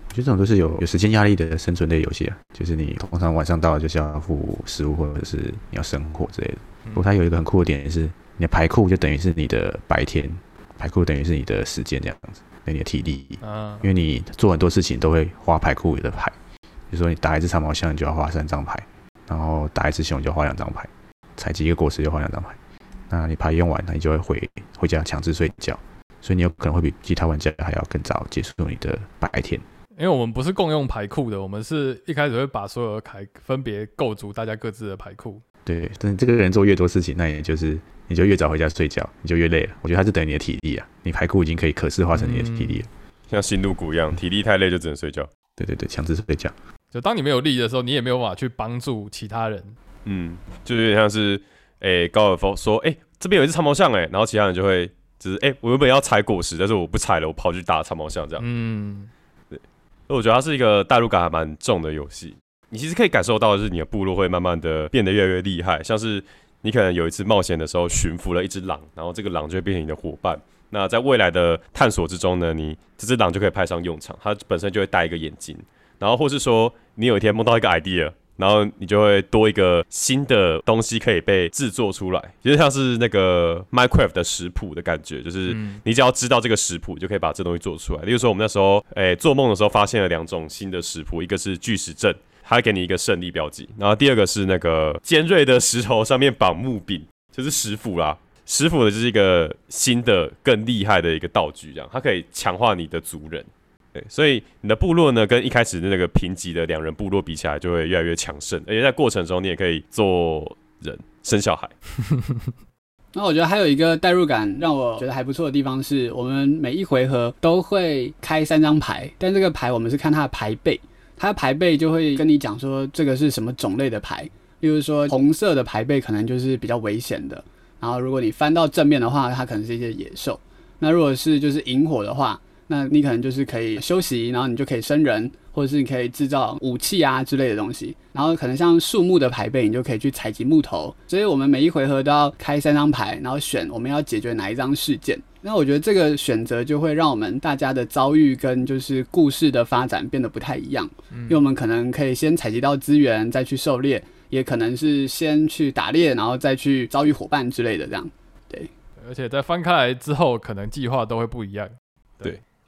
[SPEAKER 4] 就这种都是有有时间压力的生存类游戏啊，就是你通常晚上到了就是要付食物或者是你要生火之类的。
[SPEAKER 1] 嗯
[SPEAKER 4] 不过它有一个很酷的点是，你的牌库就等于是你的白天，牌库等于是你的时间这样子，跟你的体力，
[SPEAKER 1] 啊
[SPEAKER 4] 因，为你做很多事情都会花牌库里的牌，比如说你打一只长毛象你就要花三张牌，然后打一只熊就花两张牌，采集一个果实就花两张牌。那你牌用完，那你就会回回家强制睡觉，所以你有可能会比其他玩家还要更早结束你的白天。
[SPEAKER 1] 因为我们不是共用牌库的，我们是一开始会把所有的牌分别构筑大家各自的牌库。
[SPEAKER 4] 对，但这个人做越多事情，那也就是你就越早回家睡觉，你就越累了。我觉得它是等于你的体力啊，你排库已经可以可视化成你的体力了。
[SPEAKER 2] 像新入谷一样，体力太累就只能睡觉。
[SPEAKER 4] 对对对，强制睡觉。
[SPEAKER 1] 就当你没有力的时候，你也没有办法去帮助其他人。
[SPEAKER 2] 嗯，就是有点像是，诶、高尔夫说，诶、这边有一只长毛象、诶，然后其他人就会，就是，诶、我原本要采果实，但是我不采了，我跑去打长毛象这样。
[SPEAKER 1] 嗯，
[SPEAKER 2] 所以我觉得它是一个代入感还蛮重的游戏。你其实可以感受到，就是你的部落会慢慢的变得越来越厉害，像是你可能有一次冒险的时候驯服了一只狼，然后这个狼就会变成你的伙伴。那在未来的探索之中呢，你这只狼就可以派上用场，它本身就会戴一个眼镜，然后或是说你有一天梦到一个 idea，然后你就会多一个新的东西可以被制作出来，其实像是那个 Minecraft 的食谱的感觉，就是
[SPEAKER 1] 嗯
[SPEAKER 2] 你只要知道这个食谱，就可以把这东西做出来。例如说，我们那时候，诶、做梦的时候发现了两种新的食谱，一个是巨石阵，它会给你一个胜利标记；然后第二个是那个尖锐的石头上面绑木柄，就是石斧啦。石斧的就是一个新的、更厉害的一个道具，这样它可以强化你的族人。对，所以你的部落呢，跟一开始的那个贫瘠的两人部落比起来，就会越来越强盛，而且在过程中你也可以做人、生小孩。
[SPEAKER 3] 那我觉得还有一个代入感让我觉得还不错的地方是，我们每一回合都会开三张牌，但这个牌我们是看它的牌背，它的牌背就会跟你讲说这个是什么种类的牌。例如说红色的牌背可能就是比较危险的，然后如果你翻到正面的话，它可能是一些野兽。那如果是就是萤火的话，那你可能就是可以休息，然后你就可以生人，或者是你可以制造武器啊之类的东西。然后可能像树木的牌背，你就可以去采集木头。所以我们每一回合都要开三张牌，然后选我们要解决哪一张事件。那我觉得这个选择就会让我们大家的遭遇跟就是故事的发展变得不太一样，
[SPEAKER 1] 嗯
[SPEAKER 3] 因为我们可能可以先采集到资源，再去狩猎，也可能是先去打猎，然后再去遭遇伙伴之类的这样。
[SPEAKER 1] 而且在翻开来之后，可能计划都会不一样。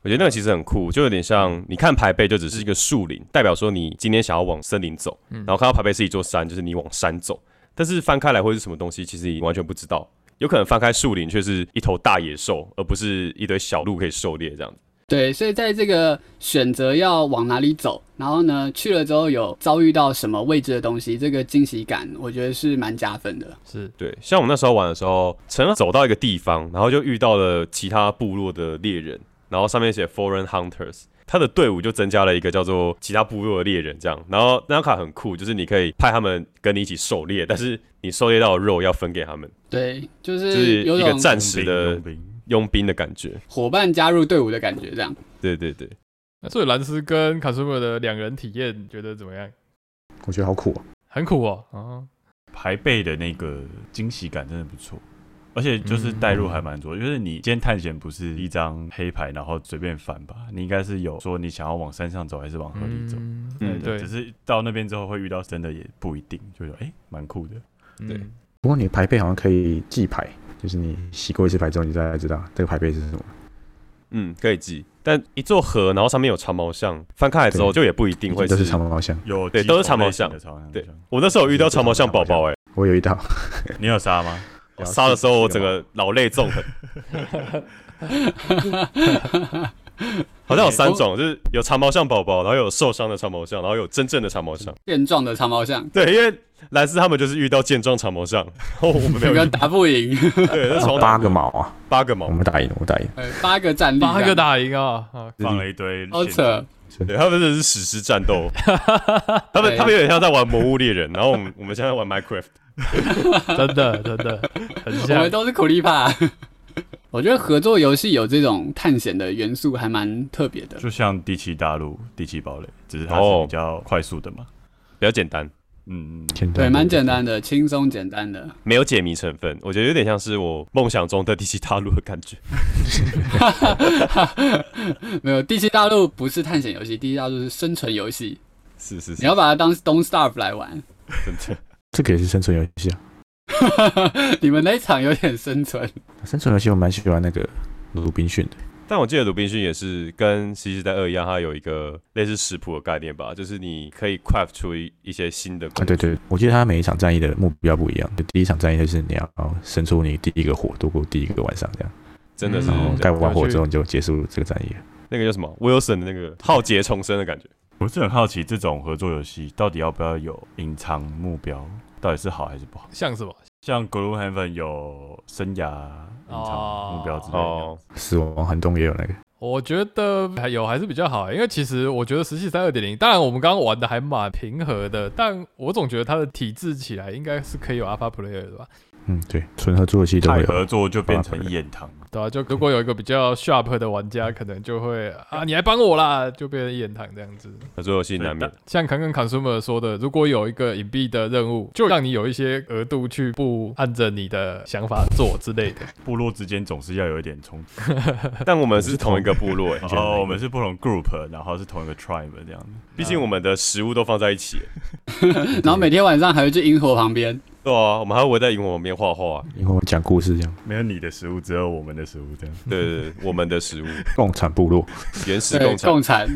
[SPEAKER 2] 我觉得那个其实很酷，就有点像你看牌背，就只是一个树林，代表说你今天想要往森林走，然后看到牌背是一座山，就是你往山走。但是翻开来会是什么东西，其实你完全不知道。有可能翻开树林却是一头大野兽，而不是一堆小鹿可以狩猎这样子。
[SPEAKER 3] 对，所以在这个选择要往哪里走，然后呢去了之后有遭遇到什么未知的东西，这个惊喜感我觉得是蛮加分的。
[SPEAKER 1] 是，
[SPEAKER 2] 对，像我们那时候玩的时候，陈乐走到一个地方，然后就遇到了其他部落的猎人，然后上面写 Foreign Hunters，他的队伍就增加了一个叫做其他部落的猎人这样。然后那张卡很酷，就是你可以派他们跟你一起狩猎，但是你狩猎到的肉要分给他们，
[SPEAKER 3] 对，
[SPEAKER 2] 就
[SPEAKER 3] 就
[SPEAKER 2] 是
[SPEAKER 3] 是有
[SPEAKER 2] 一个
[SPEAKER 3] 种
[SPEAKER 2] 暂时
[SPEAKER 5] 佣
[SPEAKER 2] 的
[SPEAKER 5] 兵佣兵
[SPEAKER 2] 佣兵的感觉。
[SPEAKER 3] 伙伴加入队伍的感觉，这样。 (laughs)
[SPEAKER 2] 对对对，
[SPEAKER 1] 那所以蓝斯跟卡苏 r 的两人体验觉得怎么样？
[SPEAKER 4] 我觉得好苦、哦。
[SPEAKER 1] 很苦哦，哦，
[SPEAKER 5] 排背的那个惊喜感真的不错，而且就是代入还蛮
[SPEAKER 3] 嗯
[SPEAKER 5] 多，就是你今天探险不是一张黑牌，然后随便翻吧，你应该是有说你想要往山上走还是往河里走。
[SPEAKER 1] 嗯，
[SPEAKER 2] 嗯
[SPEAKER 1] 对，
[SPEAKER 5] 只是到那边之后会遇到真的也不一定，就有哎，蛮、酷的。
[SPEAKER 2] 对
[SPEAKER 1] 嗯
[SPEAKER 4] 不过你的牌背好像可以记牌，就是你洗过一次牌之后，你大概知道这个牌背是什么。
[SPEAKER 2] 嗯，可以记。但一座河，然后上面有长毛象，翻开来之后
[SPEAKER 4] 对
[SPEAKER 2] 就也不一定会
[SPEAKER 4] 都
[SPEAKER 2] 是
[SPEAKER 4] 是长毛象，
[SPEAKER 5] 有
[SPEAKER 2] 对
[SPEAKER 5] 几
[SPEAKER 2] 都是
[SPEAKER 5] 种
[SPEAKER 2] 长毛
[SPEAKER 5] 类型
[SPEAKER 2] 象
[SPEAKER 5] 的长毛象。
[SPEAKER 2] (laughs) 对我那时候有遇到长毛象宝宝、欸，
[SPEAKER 4] 我有一道，
[SPEAKER 5] 你有杀吗？
[SPEAKER 2] 我杀的时候我整个老泪纵横。好像有三种，就是有长毛象宝宝，然后有受伤的长毛象，然后有真正的长毛象。
[SPEAKER 3] 健壮的长毛象，
[SPEAKER 2] 对，因为蓝斯他们就是遇到健壮长毛象，然后我们没
[SPEAKER 3] 有
[SPEAKER 2] 有
[SPEAKER 3] 个
[SPEAKER 2] 遇到。
[SPEAKER 3] 打不赢，
[SPEAKER 2] 对，那从
[SPEAKER 4] 八个毛啊，
[SPEAKER 2] 八个毛
[SPEAKER 4] 我，们打赢了，我打赢了，
[SPEAKER 3] 呃八个战力，
[SPEAKER 1] 八个，打赢啊！啊
[SPEAKER 5] 放了一堆
[SPEAKER 3] 好
[SPEAKER 5] 线
[SPEAKER 3] 扯，
[SPEAKER 2] 对他们真的是史诗战斗，他们
[SPEAKER 3] 对
[SPEAKER 2] 他们有点像在玩《魔物猎人》，然后我们我们现在在玩 Minecraft。
[SPEAKER 1] (laughs) 真的真的很
[SPEAKER 3] 我
[SPEAKER 1] 像
[SPEAKER 3] 们。都是苦力怕。 (laughs) 我觉得合作游戏有这种探险的元素还蛮特别的，
[SPEAKER 5] 就像第七大陆、第七堡垒，只是它
[SPEAKER 2] 哦
[SPEAKER 5] 是比较快速的嘛。
[SPEAKER 2] 比较简单，
[SPEAKER 5] 嗯，
[SPEAKER 4] 简单
[SPEAKER 3] 对，蛮简
[SPEAKER 4] 单。
[SPEAKER 3] 单的，轻松简单的。
[SPEAKER 2] 没有解谜成分，我觉得有点像是我梦想中的第七大陆的感觉。 (laughs)
[SPEAKER 3] (laughs) 没有，第七大陆不是探险游戏，第七大陆是生存游戏，
[SPEAKER 2] 是是
[SPEAKER 3] 你
[SPEAKER 2] 是，
[SPEAKER 3] 要把它当 Don't Starve 来玩。 (laughs)
[SPEAKER 2] 真的。
[SPEAKER 4] 这个也是生存游戏啊，
[SPEAKER 3] 你们那一场有点生存，
[SPEAKER 4] 生存游戏我蛮喜欢那个鲁滨逊的，
[SPEAKER 2] 但我记得鲁滨逊也是跟《西西代二》一样，它有一个类似食谱的概念吧，就是你可以 craft 出一一些新的
[SPEAKER 4] 啊，
[SPEAKER 2] 工具。
[SPEAKER 4] 对对，我记得他每一场战役的目标不一样，就第一场战役就是你要生出你第一个火，度过第一个晚上这样，
[SPEAKER 2] 真的是
[SPEAKER 1] 嗯
[SPEAKER 4] 然后盖完火之
[SPEAKER 2] 有
[SPEAKER 4] 后你就结束这个战役了。
[SPEAKER 2] 趣那个叫什么 Wilson 的那个浩劫重生的感觉。
[SPEAKER 5] 我是很好奇这种合作游戏到底要不要有隐藏目标，到底是好还是不好？
[SPEAKER 1] 像什么？
[SPEAKER 5] 像 g l o h a n v e n 有生涯隐藏目标之类的，
[SPEAKER 2] 哦，
[SPEAKER 4] 死亡寒冬也有那个，
[SPEAKER 1] 我觉得还有还是比较好、啊因为其实我觉得石器三二点零，当然我们刚刚玩的还蛮平和的，但我总觉得它的体制起来应该是可以有 Alpha Player 的吧？
[SPEAKER 4] 嗯，对，纯合作游戏都会
[SPEAKER 5] 太
[SPEAKER 4] 有。
[SPEAKER 5] 合作就变成一言堂。
[SPEAKER 1] 对啊，就如果有一个比较 sharp 的玩家，可能就会啊，你来帮我啦，就变成一言堂这样子。
[SPEAKER 2] 合作游戏难免
[SPEAKER 5] 对。
[SPEAKER 1] 像刚刚 consumer 说的，如果有一个隐蔽的任务，就让你有一些额度去不按着你的想法做之类 (laughs) 的。
[SPEAKER 5] 部落之间总是要有一点冲突。
[SPEAKER 2] 但我们是同一个部
[SPEAKER 5] (laughs)
[SPEAKER 2] 落、欸，
[SPEAKER 5] 哦，我们是不同 group，然后是同一个 tribe 这样子。
[SPEAKER 2] (laughs) 毕竟我们的食物都放在一起、欸
[SPEAKER 3] 然后每天晚上还会去萤火旁边，
[SPEAKER 2] 对啊，我们还会围在萤火旁边画画。啊
[SPEAKER 4] 因为我们讲故事这样，
[SPEAKER 5] 没有你的食物，只有我们的食物这样。
[SPEAKER 2] 对对对，我们的
[SPEAKER 5] (laughs)
[SPEAKER 2] 食物，
[SPEAKER 4] 共产部 (laughs) 落
[SPEAKER 2] 原始
[SPEAKER 3] 对
[SPEAKER 2] 共，产。
[SPEAKER 3] 共产，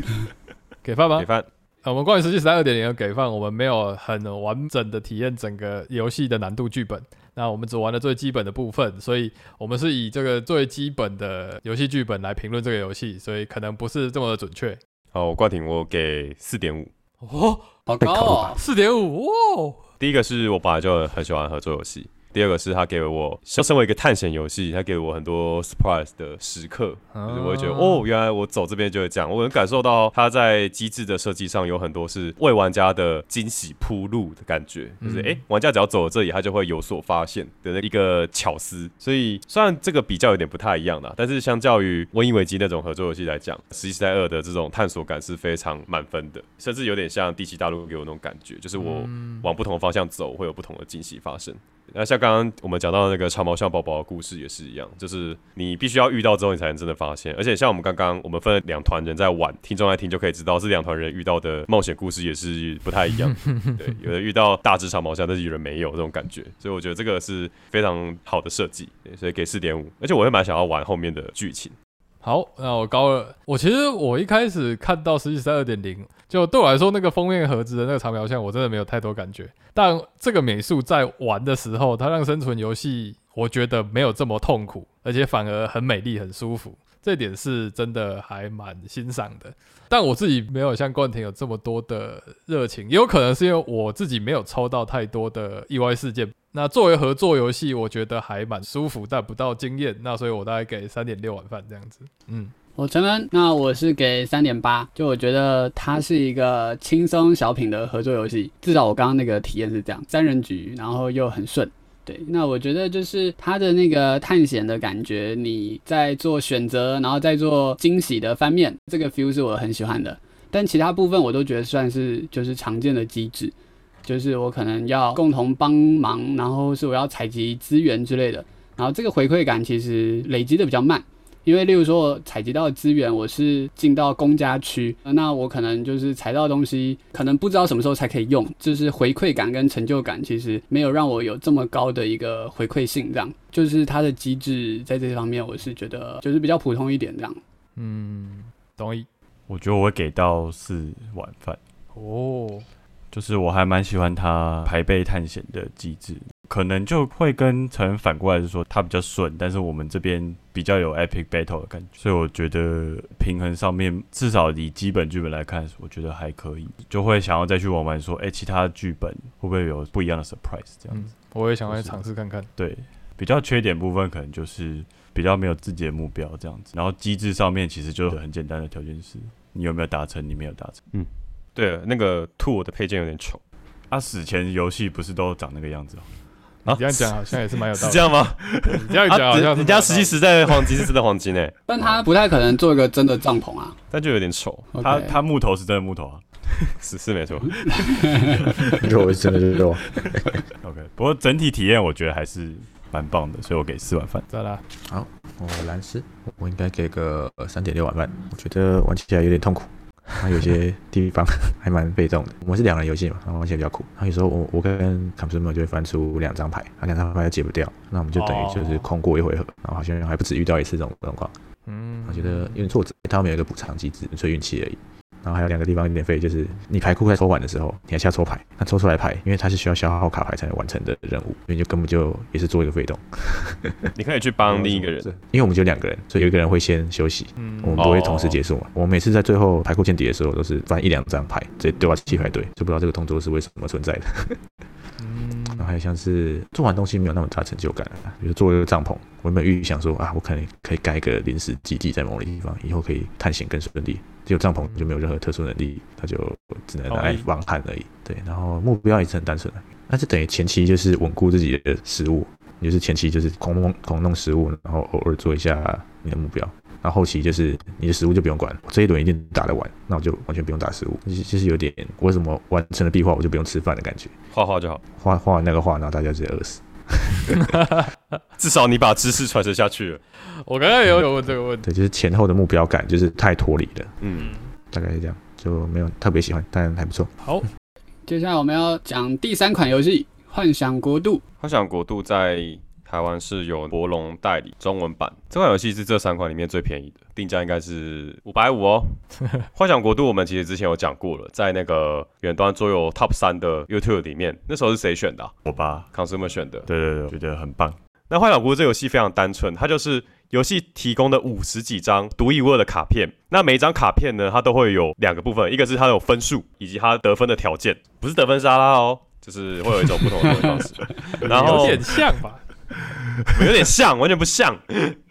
[SPEAKER 1] 给饭吗
[SPEAKER 2] 铁？饭
[SPEAKER 1] 啊我们关于《石器时代二点零》的给放，我们没有很完整的体验整个游戏的难度剧本，那我们只玩了最基本的部分，所以我们是以这个最基本的游戏剧本来评论这个游戏，所以可能不是这么的准确。
[SPEAKER 2] 好，冠廷，我给四点五。
[SPEAKER 1] 哦，
[SPEAKER 3] 好高哦！
[SPEAKER 1] 四点五哦，
[SPEAKER 2] 第一个是我本来就很喜欢合作游戏，第二个是他给我，像身为一个探险游戏，他给我很多 surprise 的时刻，就是我会觉得哦，，原来我走这边就会这样，我能感受到他在机制的设计上有很多是为玩家的惊喜铺路的感觉，就是
[SPEAKER 1] 嗯
[SPEAKER 2] 诶，玩家只要走了这里，他就会有所发现的那一个巧思。所以虽然这个比较有点不太一样啦，但是相较于《瘟疫危机》那种合作游戏来讲，《十一时代二》的这种探索感是非常满分的，甚至有点像《第七大陆》给我那种感觉，就是我往不同的方向走，会有不同的惊喜发生。那像刚刚我们讲到的那个长毛象宝宝的故事也是一样，就是你必须要遇到之后，你才能真的发现。而且像我们刚刚我们分了两团人在玩，听众来听就可以知道，这两团人遇到的冒险故事也是不太一 (laughs) 样。对，有人遇到大只长毛象，但是有人没有这种感觉，所以我觉得这个是非常好的设计，对所以给四点五。而且我会蛮想要玩后面的剧情。
[SPEAKER 1] 好，那我高二，我其实我一开始看到《实际三二点零》，就对我来说，那个封面盒子的那个长苗像，我真的没有太多感觉。但这个美术在玩的时候，它让生存游戏我觉得没有这么痛苦，而且反而很美丽、很舒服，这点是真的还蛮欣赏的。但我自己没有像冠廷有这么多的热情，也有可能是因为我自己没有抽到太多的意外事件。那作为合作游戏，我觉得还蛮舒服，但不到惊艳。那所以我大概给三点六碗饭这样子。嗯，
[SPEAKER 3] 我承认，哦那我是给三点八，就我觉得它是一个轻松小品的合作游戏，至少我刚刚那个体验是这样，三人局，然后又很顺。对，那我觉得就是它的那个探险的感觉，你在做选择，然后再做惊喜的翻面，这个 feel 是我很喜欢的。但其他部分我都觉得算是就是常见的机制，就是我可能要共同帮忙，然后是我要采集资源之类的，然后这个回馈感其实累积的比较慢。因为例如说，我采集到的资源，我是进到公家区，那我可能就是采到的东西，可能不知道什么时候才可以用，就是回馈感跟成就感，其实没有让我有这么高的一个回馈性，这样就是它的机制在这方面，我是觉得就是比较普通一点这样。
[SPEAKER 1] 嗯，同意。
[SPEAKER 5] 我觉得我会给到四碗饭。
[SPEAKER 1] 哦，
[SPEAKER 5] 就是我还蛮喜欢它排辈探险的机制，可能就会跟成人反过来是说它比较顺，但是我们这边比较有 epic battle 的感觉，所以我觉得平衡上面至少以基本剧本来看，我觉得还可以，就会想要再去玩玩说，哎、其他剧本会不会有不一样的 surprise 这样
[SPEAKER 1] 嗯，
[SPEAKER 5] 子。
[SPEAKER 1] 我也想来尝试看看。
[SPEAKER 5] 对，比较缺点部分可能就是比较没有自己的目标这样子，然后机制上面其实就很简单的条件是，你有没有达成，你没有达成。
[SPEAKER 2] 对了，那个兔我的配件有点丑，
[SPEAKER 5] 啊，死前游戏不是都长那个样子哦、
[SPEAKER 1] 你这样讲好像也是蛮有道
[SPEAKER 2] 是
[SPEAKER 5] (laughs)
[SPEAKER 1] 理。
[SPEAKER 2] 这样吗？
[SPEAKER 1] 对， (laughs) 你这样讲好像
[SPEAKER 2] 人
[SPEAKER 1] 是
[SPEAKER 2] 啊人家
[SPEAKER 1] 蛮有
[SPEAKER 2] 实际
[SPEAKER 1] 道
[SPEAKER 2] 实在的黄金是真的黄金哎，
[SPEAKER 3] 但他不太可能做一个真的帐篷啊。
[SPEAKER 2] (laughs) 但就有点丑，
[SPEAKER 5] 它
[SPEAKER 3] OK
[SPEAKER 5] 它木头是真的木头啊。
[SPEAKER 2] 是是没错。
[SPEAKER 4] 肉真的是肉， (laughs)
[SPEAKER 5] OK，不过整体体验我觉得还是蛮棒的，所以我给四碗饭。
[SPEAKER 1] 理再来，
[SPEAKER 4] 我哦蓝斯，我应该给个三点六碗半。我觉得玩起来有点痛苦，它有
[SPEAKER 1] (laughs)
[SPEAKER 4] 些地方还蛮被动的。我们是两人游戏嘛，然后玩起来比较苦。然后有时候我我跟 consumer 就会翻出两张牌，啊，两张牌都解不掉，那我们就等于
[SPEAKER 1] 哦
[SPEAKER 4] 就是空过一回合，然后好像还不止遇到一次这种状况。
[SPEAKER 1] 嗯，
[SPEAKER 4] 我觉得有点挫折，他们有一个补偿机制，所以运气而已。然后还有两个地方有点废，就是你牌库在抽完的时候，你还是要抽牌，那抽出来牌，因为它是需要消耗卡牌才能完成的任务，所以你就根本就也是做一个被动。
[SPEAKER 2] 你可以去帮另一个人，
[SPEAKER 4] 是，因为我们就两个人，所以有一个人会先休息，
[SPEAKER 1] 嗯，
[SPEAKER 4] 我们不会同时结束
[SPEAKER 2] 哦
[SPEAKER 4] 嘛。我每次在最后排库见底的时候，都是翻一两张牌，直接丢到七牌堆，就不知道这个动作是为什么存在的。然后还有像是做完东西没有那么大成就感、啊，比如做一个帐篷，我原本预想说啊，我可能可以盖一个临时基地在某个地方，以后可以探险更顺利。只有帐篷就没有任何特殊能力，它就只能拿来防寒而已。对，然后目标也是很单纯的，那就等于前期就是稳固自己的食物，你就是前期就是狂弄狂弄食物，然后偶尔做一下你的目标。然后后期就是你的食物就不用管，我这一轮一定打得完，那我就完全不用打食物，就是就是有点我为什么完成了壁画我就不用吃饭的感觉，
[SPEAKER 2] 画画就好，
[SPEAKER 4] 画画完那个画，然后大家直接饿死。
[SPEAKER 2] 至少你把知识传承下去了。
[SPEAKER 1] 我刚刚也有问这个问题，
[SPEAKER 4] 对，就是前后的目标感就是太脱离了，
[SPEAKER 2] 嗯，
[SPEAKER 4] 大概是这样，就没有特别喜欢，但还不错。
[SPEAKER 5] 哦
[SPEAKER 1] 好，
[SPEAKER 3] 接下来我们要讲第三款游戏《幻想国度》，
[SPEAKER 2] 幻想国度在台湾是有博龙代理中文版，这款游戏是这三款里面最便宜的，定价应该是五百五 (laughs) 哦。幻想国度我们其实之前有讲过了，在那个远端桌游 Top 三的 YouTube 里面，那时候是谁选的、啊、
[SPEAKER 5] 我吧，
[SPEAKER 2] ？Consumer 选的。
[SPEAKER 5] 对对对，我觉得很棒。
[SPEAKER 2] 那《幻想国》这个游戏非常单纯，它就是游戏提供的五十几张独一无二的卡片。那每一张卡片呢，它都会有两个部分，一个是它有分数，以及它得分的条件，不是得分沙拉哦，就是会有一种不同的方式。然后
[SPEAKER 1] 有点像吧？
[SPEAKER 2] 有点像，完全不像。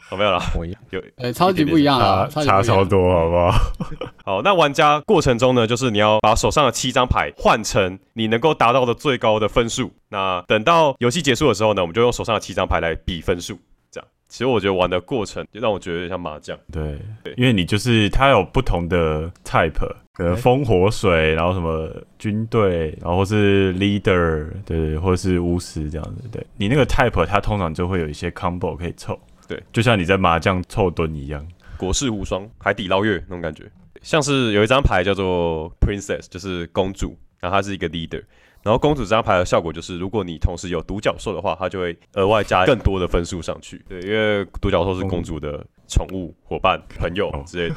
[SPEAKER 2] 好，没有啦。
[SPEAKER 4] 我一样，
[SPEAKER 3] 呃，超级不一样啊，超级不一样。
[SPEAKER 5] 多，好不好？
[SPEAKER 2] 好，那玩家过程中呢，就是你要把手上的七张牌换成你能够达到的最高的分数。那等到游戏结束的时候呢，我们就用手上的七张牌来比分数。这样，其实我觉得玩的过程就让我觉得有点像麻将。
[SPEAKER 5] 对
[SPEAKER 2] 对，
[SPEAKER 5] 因为你就是它有不同的 type，可能
[SPEAKER 1] 对
[SPEAKER 5] 烽火水，然后什么军队，然后或是 leader，对对，或者是巫师这样子。对你那个 type，它通常就会有一些 combo 可以凑。
[SPEAKER 2] 对，
[SPEAKER 5] 就像你在麻将凑蹲一样。
[SPEAKER 2] 国士无双、海底捞月那种感觉。像是有一张牌叫做 Princess，就是公主，然后她是一个 leader。然后公主这张牌的效果就是，如果你同时有独角兽的话，它就会额外加更多的分数上去。对，因为独角兽是公主的宠物、伙伴、朋友之类的，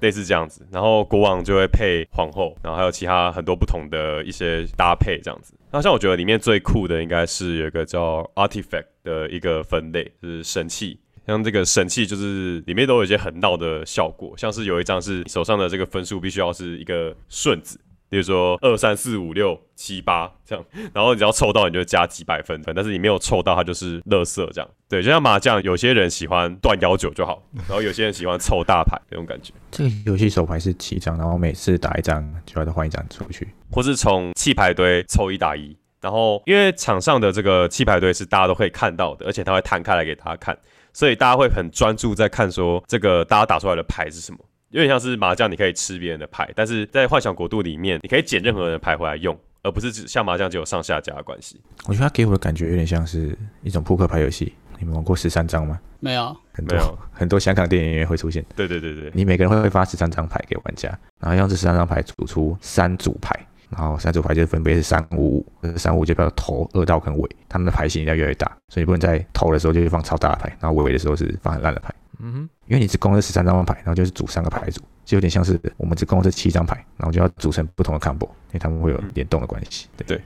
[SPEAKER 2] 类似这样子。然后国王就会配皇后，然后还有其他很多不同的一些搭配这样子。那像我觉得里面最酷的应该是有一个叫 Artifact 的一个分类，就是神器。像这个神器就是里面都有一些很闹的效果，像是有一张是手上的这个分数必须要是一个顺子，例如说二三四五六七八这样，然后你只要凑到你就加几百分分，但是你没有凑到它就是乐色这样。对，就像麻将，有些人喜欢断幺九就好，然后有些人喜欢凑大牌那种感觉，
[SPEAKER 4] 这个游戏手牌是七张，然后每次打一张就要再换一张出去。
[SPEAKER 2] 或是从弃牌堆抽一打一。然后因为场上的这个弃牌堆是大家都可以看到的，而且它会摊开来给大家看，所以大家会很专注在看说这个大家打出来的牌是什么。有点像是麻将，你可以吃别人的牌，但是在幻想国度里面，你可以捡任何人的牌回来用，而不是只像麻将只有上下家的关系。
[SPEAKER 4] 我觉得它给我的感觉有点像是一种扑克牌游戏。你们玩过十三张吗？
[SPEAKER 3] 没有，
[SPEAKER 4] 很
[SPEAKER 2] 没有
[SPEAKER 4] 多很多香港电影里面会出现，
[SPEAKER 2] 对对对对，
[SPEAKER 4] 你每个人会会发十三张牌给玩家，然后用这十三张牌组出三组牌，然后三组牌就分别是三五五，三五就代表头、二道跟尾，他们的牌型一定要越来越大，所以你不能在头的时候就是放超大的牌，然后尾的时候是放很烂的牌。
[SPEAKER 1] 嗯
[SPEAKER 4] 因为你只攻了十三张牌，然后就是组三个牌组，就有点像是我们只攻了这七张牌，然后就要组成不同的 combo，因为他们会有
[SPEAKER 2] 嗯
[SPEAKER 4] 联动的关系。对，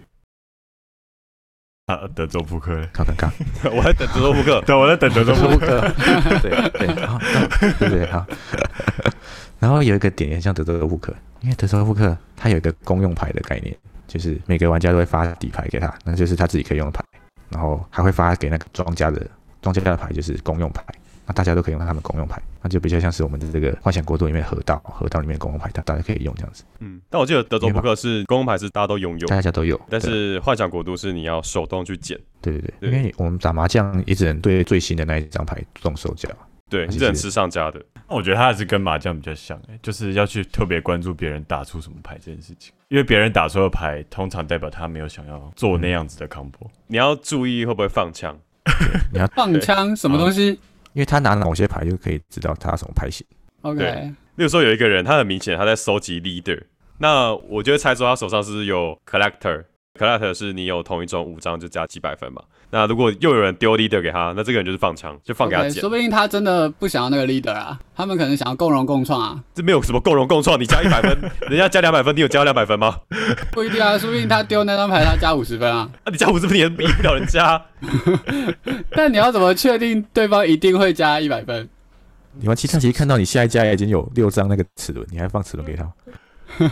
[SPEAKER 5] 啊，德州扑克嘞，
[SPEAKER 4] 好尴尬。
[SPEAKER 2] (laughs) 我在等德州扑克，
[SPEAKER 5] (laughs) 对，我在等德州
[SPEAKER 4] 都
[SPEAKER 5] 扑
[SPEAKER 4] 不
[SPEAKER 5] 克。
[SPEAKER 4] 可，对对，好， (laughs) 对对好。然后有一个点也很像德州扑克，因为德州扑克它有一个公用牌的概念，就是每个玩家都会发底牌给他，那就是他自己可以用的牌，然后还会发给那个庄家的，庄家的牌就是公用牌，那大家都可以用到他们公用牌，那就比较像是我们的这个幻想国度里面的河道，河道里面的公用牌，大大家可以用这样子，
[SPEAKER 2] 嗯，但我记得德州扑克是公用牌是大家都拥有，
[SPEAKER 4] 大家都有。
[SPEAKER 2] 但
[SPEAKER 4] 对
[SPEAKER 2] 是幻想国度是你要手动去捡，
[SPEAKER 4] 对对
[SPEAKER 2] 对
[SPEAKER 4] 对，因为我们打麻将也只能对最新的那一张牌动手脚，
[SPEAKER 2] 对，
[SPEAKER 4] 它
[SPEAKER 2] 你
[SPEAKER 4] 其
[SPEAKER 2] 只能
[SPEAKER 4] 实
[SPEAKER 2] 吃上家的。
[SPEAKER 5] 那我觉得他还是跟麻将比较像、欸，就是要去特别关注别人打出什么牌这件事情，因为别人打出的牌通常代表他没有想要做那样子的 combo。
[SPEAKER 2] 你要注意会不会放枪，
[SPEAKER 3] 放枪什么东西
[SPEAKER 4] 因为他拿某些牌就可以知道他什么牌型。
[SPEAKER 3] ？OK，
[SPEAKER 2] 例如说有一个人，他很明显他在收集 leader，那我就会猜出他手上是不是有 collector。collector 是你有同一种五张就加几百分嘛？那如果又有人丢 leader 给他，那这个人就是放枪，就放给他
[SPEAKER 3] OK，
[SPEAKER 2] 捡
[SPEAKER 3] 说不定他真的不想要那个 leader 啊，他们可能想要共荣共创啊，
[SPEAKER 2] 这没有什么共荣共创，你加一百分， (laughs) 人家加两百分，你有加两百分吗？ (laughs)
[SPEAKER 3] 不一定啊，说不定他丢那张牌他加五十分啊。
[SPEAKER 2] 啊，你加五十分你也赢不了人家。
[SPEAKER 3] 但你要怎么确定对方一定会加一百分？
[SPEAKER 4] 你玩七象棋看到你下一家已经有六张那个齿轮，你还放齿轮
[SPEAKER 3] (laughs)
[SPEAKER 4] 给他吗？不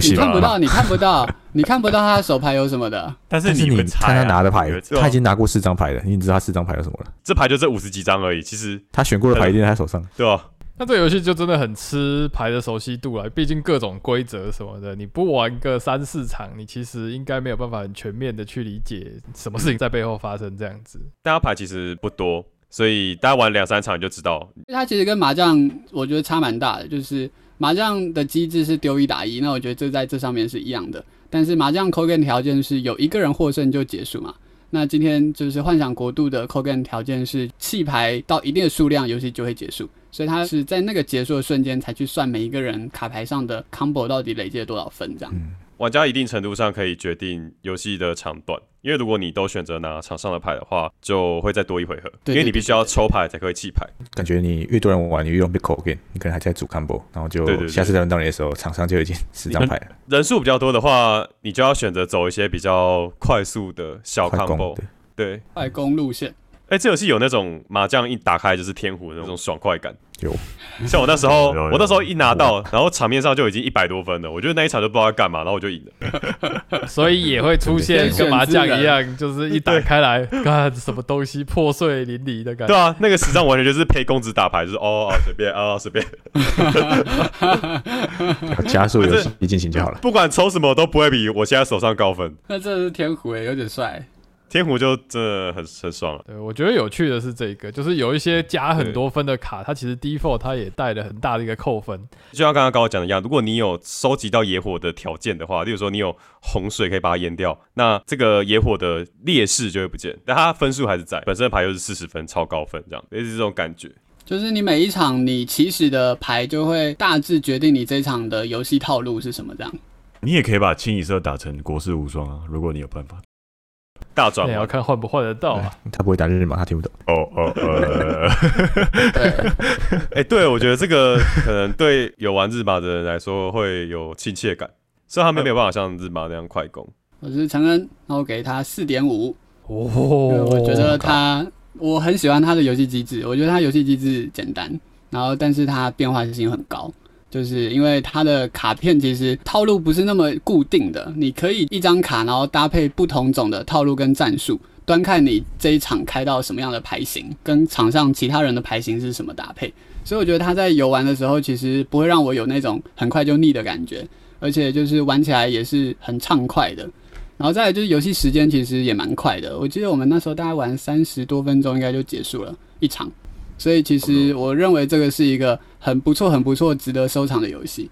[SPEAKER 3] 你
[SPEAKER 4] 行
[SPEAKER 2] 啊
[SPEAKER 3] 看不
[SPEAKER 4] 吧
[SPEAKER 3] 到，？你看不到，你看不到他手牌有什么的。
[SPEAKER 5] 但是
[SPEAKER 4] 但是
[SPEAKER 5] 你
[SPEAKER 4] 你
[SPEAKER 5] 会猜、
[SPEAKER 4] 看
[SPEAKER 5] 啊、
[SPEAKER 4] 他拿的牌
[SPEAKER 5] 你会，猜
[SPEAKER 4] 他已经拿过四张牌了，你已经知道他四张牌有什么了。
[SPEAKER 2] 这牌就这五十几张而已，其实
[SPEAKER 4] 他选过的牌一定在他手上。
[SPEAKER 2] 对吧？
[SPEAKER 1] 那这个游戏就真的很吃牌的熟悉度了，毕竟各种规则什么的，你不玩个三四场，你其实应该没有办法很全面的去理解什么事情在背后发生这样子。
[SPEAKER 2] 大家牌其实不多，所以大家玩两三场你就知道。
[SPEAKER 3] 它其实跟麻将我觉得差蛮大的，就是麻将的机制是丢一打一，那我觉得这在这上面是一样的。但是麻将扣 n 条件是有一个人获胜就结束嘛。那今天就是幻想国度的扣 n 条件是弃牌到一定的数量，游戏就会结束。所以它是在那个结束的瞬间才去算每一个人卡牌上的 combo 到底累积了多少分这样。
[SPEAKER 4] 嗯，
[SPEAKER 2] 玩家一定程度上可以决定游戏的长短，因为如果你都选择拿场上的牌的话，就会再多一回合，
[SPEAKER 3] 对
[SPEAKER 2] 因为你必须要抽牌才可以弃牌。
[SPEAKER 4] 感觉你越多人玩，你越用 big call game，你可能还在组 combo，然后
[SPEAKER 2] 对对
[SPEAKER 4] 就
[SPEAKER 2] 对
[SPEAKER 4] 下次再轮到你的时候，场上就已经四张牌了，
[SPEAKER 2] 人数比较多的话，你就要选择走一些比较快速的小
[SPEAKER 4] 快攻
[SPEAKER 2] combo。
[SPEAKER 4] 对，
[SPEAKER 2] 对，
[SPEAKER 3] 快攻路线，
[SPEAKER 2] 哎、这游戏有那种麻将一打开就是天胡的那种爽快感。
[SPEAKER 4] 有，
[SPEAKER 2] 像我那时候，
[SPEAKER 5] 有有有
[SPEAKER 2] 我那时候一拿到，然后场面上就已经一百多分了，我觉得那一场就不知道要干嘛，然后我就赢了。 (laughs)
[SPEAKER 1] 所以也会出现跟麻将一样，就是一打开来，看什么东西破碎淋漓的感
[SPEAKER 2] 对
[SPEAKER 1] 觉。
[SPEAKER 2] 啊，那个十张完全就是陪公子打牌，就是哦哦随便哦随便，
[SPEAKER 4] 加速游戏进行就好
[SPEAKER 2] (laughs)
[SPEAKER 4] 了。
[SPEAKER 2] 不管抽什么都不会比我现在手上高分。
[SPEAKER 3] 那这是天胡诶、有点帅。
[SPEAKER 2] 天胡就真的很很爽啊了。
[SPEAKER 1] 对，我觉得有趣的是这个，就是有一些加很多分的卡，它其实 default 它也带了很大的一个扣分。
[SPEAKER 2] 就像刚刚跟我讲的一样，如果你有收集到野火的条件的话，例如说你有洪水可以把它淹掉，那这个野火的劣势就会不见，但它分数还是在，本身的牌又是四十分，超高分这样，类似这种感觉。
[SPEAKER 3] 就是你每一场你起始的牌就会大致决定你这一场的游戏套路是什么这样。
[SPEAKER 5] 你也可以把清一色打成国士无双啊，如果你有办法。
[SPEAKER 2] 大转
[SPEAKER 1] 那也要
[SPEAKER 2] 弯，
[SPEAKER 1] 看换不换得到啊。
[SPEAKER 4] 他不会打日嘛，他听不懂。
[SPEAKER 5] 哦哦 (laughs) 呃，
[SPEAKER 3] 对，
[SPEAKER 2] 哎、对我觉得这个可能对有玩日麻的人来说会有亲切感，虽然他们没有办法像日麻那样快攻。
[SPEAKER 3] 我是陈恩，那我给他四点五，
[SPEAKER 1] 哦，
[SPEAKER 3] 因为我觉得
[SPEAKER 1] 它
[SPEAKER 3] 他我很喜欢他的游戏机制，我觉得他游戏机制简单，然后但是它变化性很高。就是因为它的卡片其实套路不是那么固定的，你可以一张卡，然后搭配不同种的套路跟战术，端看你这一场开到什么样的牌型，跟场上其他人的牌型是什么搭配。所以我觉得他在游玩的时候，其实不会让我有那种很快就腻的感觉，而且就是玩起来也是很畅快的。然后再来就是游戏时间其实也蛮快的，我记得我们那时候大概玩三十多分钟应该就结束了一场，所以其实我认为这个是一个很不错、很不错、值得收藏的游戏。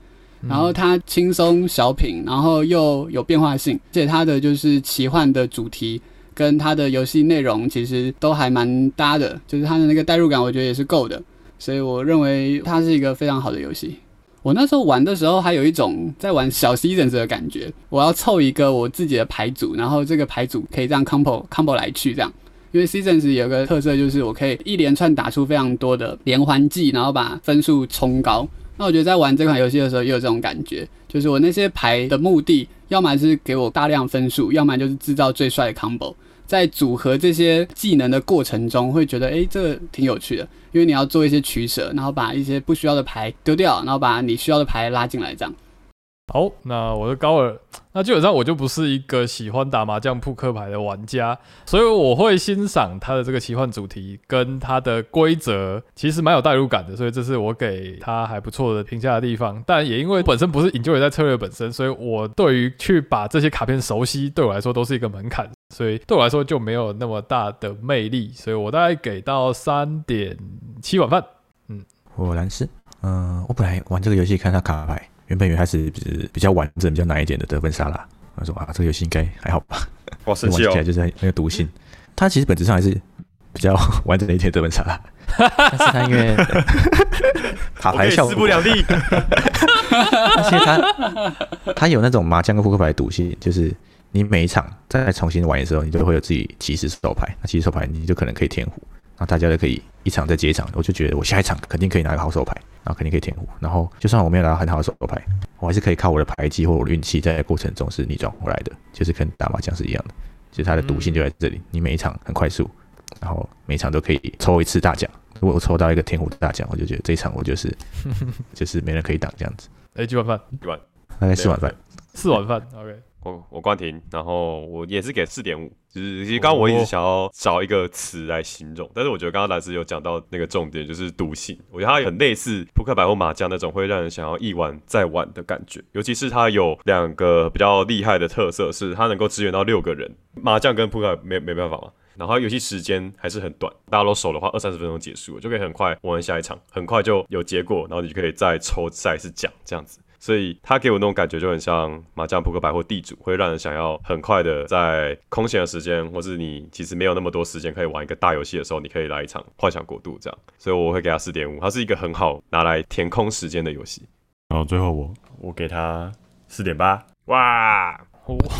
[SPEAKER 3] 然后它轻松小品，然后又有变化性，而且它的就是奇幻的主题跟它的游戏内容其实都还蛮搭的，就是它的那个代入感我觉得也是够的，所以我认为它是一个非常好的游戏。我那时候玩的时候，还有一种在玩小 seasons 的感觉。我要凑一个我自己的牌组，然后这个牌组可以这样 combo combo 来去这样。因为 seasons 有个特色就是我可以一连串打出非常多的连环计，然后把分数冲高。那我觉得在玩这款游戏的时候也有这种感觉，就是我那些牌的目的，要么是给我大量分数，要么就是制造最帅的 combo。在组合这些技能的过程中，会觉得诶，这个挺有趣的，因为你要做一些取舍，然后把一些不需要的牌丢掉，然后把你需要的牌拉进来，这样。
[SPEAKER 1] 好，那我是高尔，那基本上我就不是一个喜欢打麻将扑克牌的玩家，所以我会欣赏它的这个奇幻主题跟它的规则，其实蛮有代入感的，所以这是我给它还不错的评价的地方。但也因为本身不是 enjoy 在策略本身，所以我对于去把这些卡片熟悉，对我来说都是一个门槛，所以对我来说就没有那么大的魅力，所以我大概给到三点七碗饭。
[SPEAKER 4] 我蓝斯，嗯、我本来玩这个游戏看它卡牌，原本以为它是比比较完整、比较难一点的得分沙拉，我说啊，这个游戏应该还好吧，
[SPEAKER 2] 哇，生
[SPEAKER 4] 玩
[SPEAKER 2] 气
[SPEAKER 4] 起
[SPEAKER 2] 哦
[SPEAKER 4] 来！就是很很有毒性。它其实本质上还是比较 (laughs) 完整的一啊点得分沙拉， (laughs) 但是它因 (laughs) 为卡
[SPEAKER 2] 我
[SPEAKER 4] 牌
[SPEAKER 2] 可以
[SPEAKER 4] 效
[SPEAKER 2] 势不
[SPEAKER 4] 果，
[SPEAKER 2] 两立。
[SPEAKER 4] 而且它它有那种麻将跟扑克牌的毒性，就是你每一场再重新玩的时候，你就会有自己起始手牌，那起始手牌你就可能可以填胡，然后大家都可以一场再接一场，我就觉得我下一场肯定可以拿个好手牌，然后肯定可以填胡，然后就算我没有拿到很好的手牌，我还是可以靠我的牌技或我的运气，在过程中是逆转回来的，就是跟打麻将是一样的，就是它的毒性就在这里，你每一场很快速，然后每一场都可以抽一次大奖。如果我抽到一个天胡大奖，我就觉得这一场我就是 (laughs) 就是没人可以挡这样子，
[SPEAKER 1] 哎、几碗饭？
[SPEAKER 4] 大概四碗饭。
[SPEAKER 1] 四碗饭。OK，
[SPEAKER 2] 我我关停，然后我也是给四点五，就是其实刚刚我一直想要找一个词来形容，但是我觉得刚刚蓝斯有讲到那个重点，就是毒性。我觉得它很类似扑克牌或麻将那种会让人想要一玩再玩的感觉，尤其是它有两个比较厉害的特色，是它能够支援到六个人，麻将跟扑克牌没没办法嘛。然后它游戏时间还是很短，大家都熟的话，二三十分钟结束了，就可以很快玩下一场，很快就有结果，然后你就可以再抽下一次奖这样子。所以他给我那种感觉就很像麻将、扑克牌或地主，会让人想要很快的在空闲的时间，或是你其实没有那么多时间可以玩一个大游戏的时候，你可以来一场幻想国度这样。所以我会给他四点五，它是一个很好拿来填空时间的游戏。
[SPEAKER 5] 然后最后我我给他四点八，
[SPEAKER 2] 哇，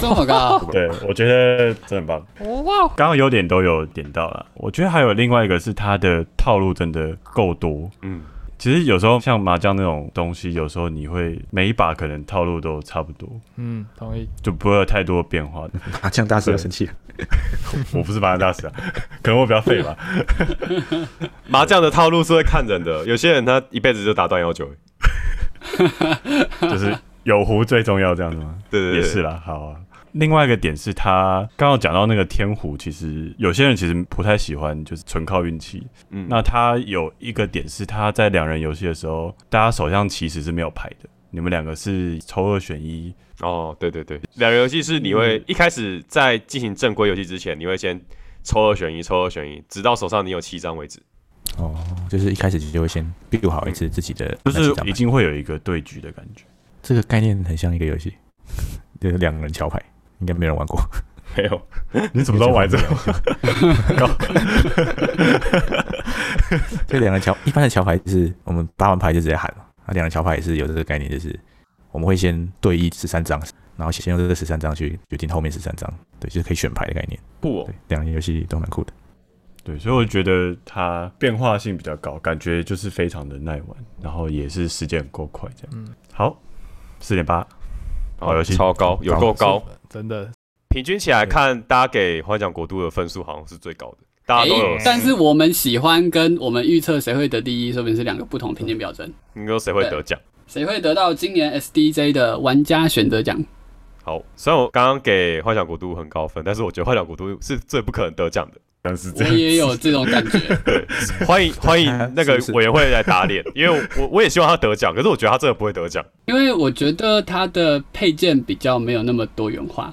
[SPEAKER 3] 这么高
[SPEAKER 5] 对我觉得真的很棒。
[SPEAKER 1] 哇，
[SPEAKER 5] 刚刚优点都有点到了，我觉得还有另外一个是它的套路真的够多。
[SPEAKER 2] 嗯，
[SPEAKER 5] 其实有时候像麻将那种东西，有时候你会每一把可能套路都差不多，
[SPEAKER 1] 嗯，同意。
[SPEAKER 5] 就不会有太多变化。 (laughs)
[SPEAKER 4] 麻将啊大师要生气了，
[SPEAKER 5] 我不是麻将大师啊， (laughs) 可能我比较废吧。
[SPEAKER 2] (laughs) 麻将的套路是会看人的，有些人他一辈子就打断幺九，
[SPEAKER 5] 就是有壶最重要这样子吗？
[SPEAKER 2] 对对对，
[SPEAKER 5] 也是啦，好啊。另外一个点是他刚刚讲到那个天胡，其实有些人其实不太喜欢，就是纯靠运气。
[SPEAKER 2] 嗯，
[SPEAKER 5] 那他有一个点是他在两人游戏的时候，大家手上其实是没有牌的，你们两个是抽二选一，
[SPEAKER 2] 哦，对对对，两个游戏是你会、一开始在进行正规游戏之前，你会先抽二选一，抽二选一，直到手上你有七张为止。
[SPEAKER 4] 哦，就是一开始就会先 build 好一次自己的，
[SPEAKER 5] 就是已
[SPEAKER 4] 嗯已经
[SPEAKER 5] 经会有一个对局的感觉。
[SPEAKER 4] 这个概念很像一个游戏，就是两个人桥牌，应该没人玩过。
[SPEAKER 2] 没有，
[SPEAKER 5] (laughs) 你怎么知道玩这个？ (laughs)
[SPEAKER 4] 这两个桥一般的桥牌就是我们八完牌就直接喊嘛，那两个桥牌也是有这个概念，就是我们会先对弈十三张，然后先用这个十三张去决定后面十三张，对，就是可以选牌的概念。
[SPEAKER 2] 不、哦
[SPEAKER 4] 对，，两人游戏都蛮酷的。
[SPEAKER 5] 对，所以我觉得它变化性比较高，感觉就是非常的耐玩，然后也是时间很够快这样。
[SPEAKER 1] 嗯
[SPEAKER 5] 好，四点八，好游戏
[SPEAKER 2] 超高，有够高。，
[SPEAKER 1] 真的。
[SPEAKER 2] 平均起来看，大家给幻想国度的分数好像是最高的， (laughs) 大家都有嗯
[SPEAKER 3] 诶，。但是我们喜欢跟我们预测谁会得第一，说明是两个不同评鉴标准。
[SPEAKER 2] 你说谁会得奖？
[SPEAKER 3] 谁会得到今年 SDJ 的玩家选
[SPEAKER 2] (laughs)
[SPEAKER 3] 择奖？
[SPEAKER 2] 好，虽然我刚刚给幻想国度很高分，但是我觉得幻想国度是最不可能得奖的。
[SPEAKER 5] 但是这
[SPEAKER 3] 我
[SPEAKER 5] 样
[SPEAKER 3] 也有这种感觉。
[SPEAKER 2] 欢迎 (laughs) 欢迎那个
[SPEAKER 4] 是不是
[SPEAKER 2] 委员会来打 (laughs) 脸，因为我我我也希望他得奖，可是我觉得他真的不会得奖。
[SPEAKER 3] 因为我觉得它的配件比较没有那么多元化，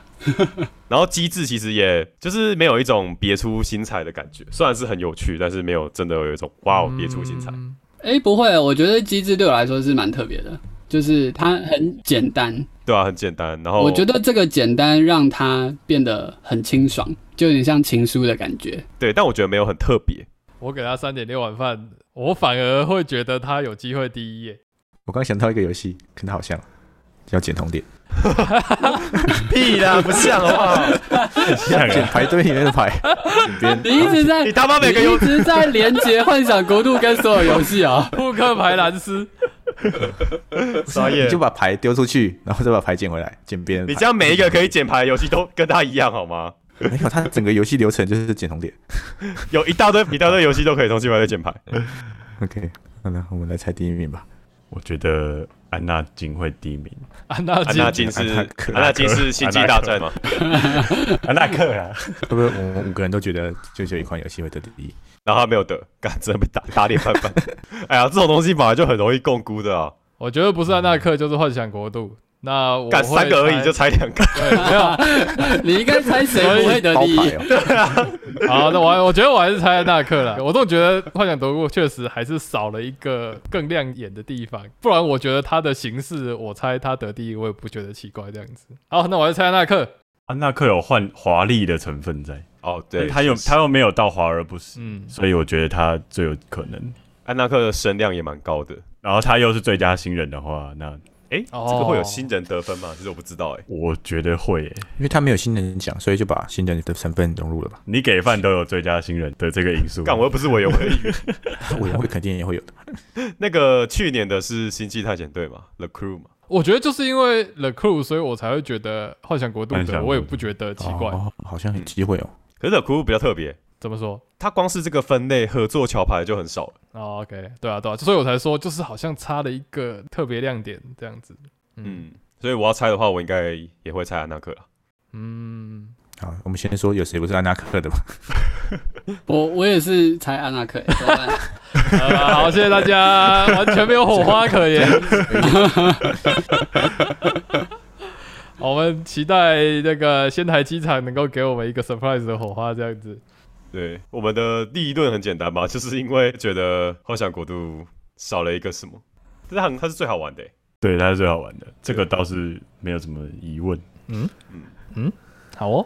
[SPEAKER 2] 然后机制其实也就是没有一种别出心裁的感觉，虽然是很有趣，但是没有真的有一
[SPEAKER 5] 嗯
[SPEAKER 2] 种哇哦别出心裁。
[SPEAKER 1] 嗯
[SPEAKER 3] 诶，不会，我觉得机制对我来说是蛮特别的，就是它很简单。
[SPEAKER 2] 对啊，很简单。然后
[SPEAKER 3] 我觉得这个简单让它变得很清爽，就有点像情书的感觉。
[SPEAKER 2] 对，但我觉得没有很特别。
[SPEAKER 1] 我给他三点六碗饭，我反而会觉得他有机会第一耶。
[SPEAKER 4] 我刚想到一个游戏，跟它好像，叫剪 (laughs) 铜点，
[SPEAKER 2] 屁啦，不像好不好？
[SPEAKER 5] 像
[SPEAKER 4] 剪
[SPEAKER 5] 啊
[SPEAKER 4] 排队里面的 (laughs) 牌，边
[SPEAKER 3] 你一直
[SPEAKER 2] (laughs)
[SPEAKER 3] 在，
[SPEAKER 2] 你他妈每个
[SPEAKER 3] 你
[SPEAKER 2] 游
[SPEAKER 3] 一直在连接幻想国度跟所有游戏啊、
[SPEAKER 2] (laughs)
[SPEAKER 1] 扑克牌蓝斯，
[SPEAKER 2] 傻
[SPEAKER 4] 啊你
[SPEAKER 2] 眼
[SPEAKER 4] 就。把牌丢出去，然后再把牌捡回来，捡别人的牌。
[SPEAKER 2] 你这样每一个可以捡牌的游戏都跟他一样好吗？
[SPEAKER 4] (laughs) 没有，它整个游戏流程就是捡红点。
[SPEAKER 2] 有一大堆一大堆游戏都可以从金牌队捡 (laughs) 牌。
[SPEAKER 4] OK，好的，我们来猜第一名吧。
[SPEAKER 5] 我觉得安娜金会第一名，
[SPEAKER 1] 安娜
[SPEAKER 2] 安
[SPEAKER 1] 金
[SPEAKER 2] 纳金是
[SPEAKER 4] 安纳克
[SPEAKER 2] 安纳金是星际大战嘛？
[SPEAKER 5] 安娜克啊，
[SPEAKER 4] 会不会我们五个人都觉得就只有一款游戏会得第一？
[SPEAKER 2] 然后他没有得，干真的被打打脸翻 (laughs) 翻。哎呀，这种东西本来就很容易共估的啊，
[SPEAKER 1] 我觉得不是安纳克就是幻想国度。那我
[SPEAKER 2] 干
[SPEAKER 1] 会
[SPEAKER 2] 三个而已
[SPEAKER 1] 猜
[SPEAKER 2] 就猜两个，
[SPEAKER 1] 对没有。
[SPEAKER 3] 你应该猜谁不会得
[SPEAKER 4] 包
[SPEAKER 3] 第一
[SPEAKER 4] 牌？哦，
[SPEAKER 1] (laughs) 好，那我还我觉得我还是猜安纳克了。我总觉得幻想夺过确实还是少了一个更亮眼的地方，不然我觉得他的形式，我猜他得第一，我也不觉得奇怪这样子。好，那我还是猜安纳克。
[SPEAKER 5] 安娜克有换华丽的成分在，
[SPEAKER 2] 哦，对，
[SPEAKER 5] 他又他又没有到华而不实，
[SPEAKER 1] 嗯，
[SPEAKER 5] 所以我觉得他最有可能。
[SPEAKER 2] 安纳克的声量也蛮高的。
[SPEAKER 5] 然后他又是最佳新人的话，那
[SPEAKER 2] 哎，这
[SPEAKER 1] 哦
[SPEAKER 2] 个会有新人得分吗？其实我不知道哎。
[SPEAKER 5] 我觉得会耶、
[SPEAKER 4] 因为他没有新人奖，所以就把新人的成分融入 (laughs) 了吧。
[SPEAKER 5] 你给饭都有最佳新人的这个因素。
[SPEAKER 2] 干，我又不是委员会。
[SPEAKER 4] 委员会肯定也会有的。
[SPEAKER 2] 那个去年的是星际探险队嘛，The Crew 嘛。
[SPEAKER 1] 我觉得就是因为 The Crew，所以我才会觉得幻想国度
[SPEAKER 5] 幻想
[SPEAKER 1] 的，
[SPEAKER 5] 国度
[SPEAKER 1] 我也不觉得奇怪。
[SPEAKER 4] 哦，好像有机会哦。
[SPEAKER 2] 可是 The Crew 比较特别，
[SPEAKER 1] 怎么说？
[SPEAKER 2] 它光是这个分类合作桥牌就很少了。
[SPEAKER 1] 哦，OK，对啊，对啊，所以我才说就是好像差了一个特别亮点这样子。嗯
[SPEAKER 2] 嗯，所以我要猜的话，我应该也会猜安纳克啦。
[SPEAKER 1] 嗯，
[SPEAKER 4] 好，我们先说有谁不是安纳克的吧？
[SPEAKER 3] 我我也是猜安娜克，欸怎么办
[SPEAKER 1] 呃好，谢谢大家，完全没有火花可言。 (laughs) 我们期待那个仙台机场能够给我们一个 surprise 的火花，这样子。
[SPEAKER 2] 对，我们的第一论很简单吧， (laughs) 就是因为觉得幻想国度少了一个什么，但是它它是最好玩的欸、
[SPEAKER 5] 对，他是最好玩的，这个倒是没有什么疑问。
[SPEAKER 1] 好哦，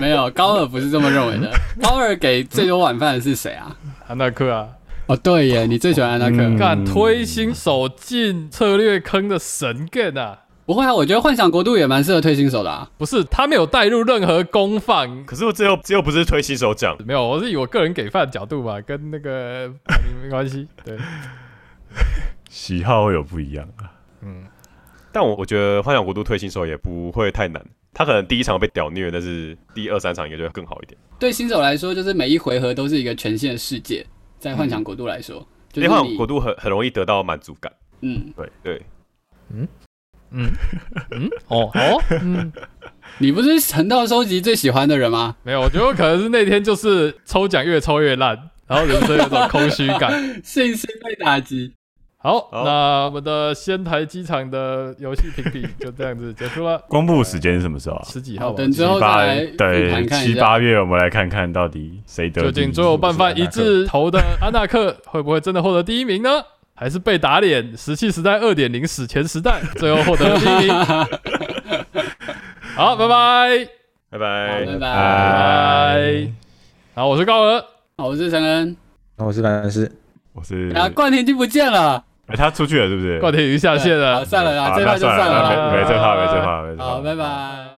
[SPEAKER 3] 没有，高二不是这么认为的。高二给最多晚饭的是谁啊？
[SPEAKER 1] 安纳克啊，
[SPEAKER 3] 哦，对耶，你最喜欢安娜
[SPEAKER 5] 嗯
[SPEAKER 3] 克？
[SPEAKER 1] 干推新手进策略坑的神 g 啊！
[SPEAKER 3] 不会啊，我觉得幻想国度也蛮适合推新手的啊。
[SPEAKER 1] 不是，他没有带入任何攻放，
[SPEAKER 2] 可是我这又这又不是推新手奖，
[SPEAKER 1] 没有，我是以我个人给饭的角度吧，跟那个没关 (laughs) 系。对，
[SPEAKER 5] 喜好会有不一样啊。
[SPEAKER 1] 嗯，
[SPEAKER 2] 但我我觉得幻想国度推新手也不会太难，他可能第一场被屌虐，但是第二三场应该就会更好一点。
[SPEAKER 3] 对新手来说，就是每一回合都是一个全新的世界，在幻想国度来说，就
[SPEAKER 2] 因哎为
[SPEAKER 3] 是
[SPEAKER 2] 幻想
[SPEAKER 3] 你
[SPEAKER 2] 国度很很容易得到满足感。
[SPEAKER 3] 嗯，
[SPEAKER 2] 对，
[SPEAKER 1] 嗯，哦，好哦，嗯，
[SPEAKER 3] 你不是横道收集最喜欢的人吗？
[SPEAKER 1] 没有，我觉得我可能是那天就是抽奖越抽越烂，然后人生有种空虚感。 (laughs)
[SPEAKER 3] 信心被打击。
[SPEAKER 1] 好，
[SPEAKER 2] 好
[SPEAKER 1] 那我们的仙台机场的游戏评比就这样子结束了。
[SPEAKER 5] 公布时间是什么时候啊？
[SPEAKER 1] 十几号
[SPEAKER 3] 好，
[SPEAKER 1] 吧
[SPEAKER 3] 等之后
[SPEAKER 5] 七
[SPEAKER 3] 再
[SPEAKER 5] 八
[SPEAKER 3] 来复
[SPEAKER 5] 对
[SPEAKER 3] 盘看
[SPEAKER 5] 七
[SPEAKER 3] 一下。
[SPEAKER 5] 八月，我们来看看到底谁得第
[SPEAKER 1] 究
[SPEAKER 5] 一。
[SPEAKER 1] 竟最后办法一致投的安纳克会不会真的获得第一名呢？还是被打脸？石器时代二点零史前时代最后获得了第一名。好，拜拜，
[SPEAKER 2] 拜
[SPEAKER 3] 好拜
[SPEAKER 2] 拜。
[SPEAKER 1] 拜
[SPEAKER 3] 拜。
[SPEAKER 1] 拜。好，我是高尔。
[SPEAKER 3] 好，我是陈恩。
[SPEAKER 4] 哦那我是蓝斯，
[SPEAKER 5] 我是
[SPEAKER 3] 啊，冠廷就不见了，
[SPEAKER 5] 哎他出去了，是不是？
[SPEAKER 1] 冠廷已经下线了
[SPEAKER 3] 好，。算了啦，
[SPEAKER 5] 好
[SPEAKER 3] 这
[SPEAKER 5] 那
[SPEAKER 3] 趴就算
[SPEAKER 5] 算
[SPEAKER 3] 了啦。
[SPEAKER 5] 没没这话，没这话，没这话。
[SPEAKER 3] 好，拜拜。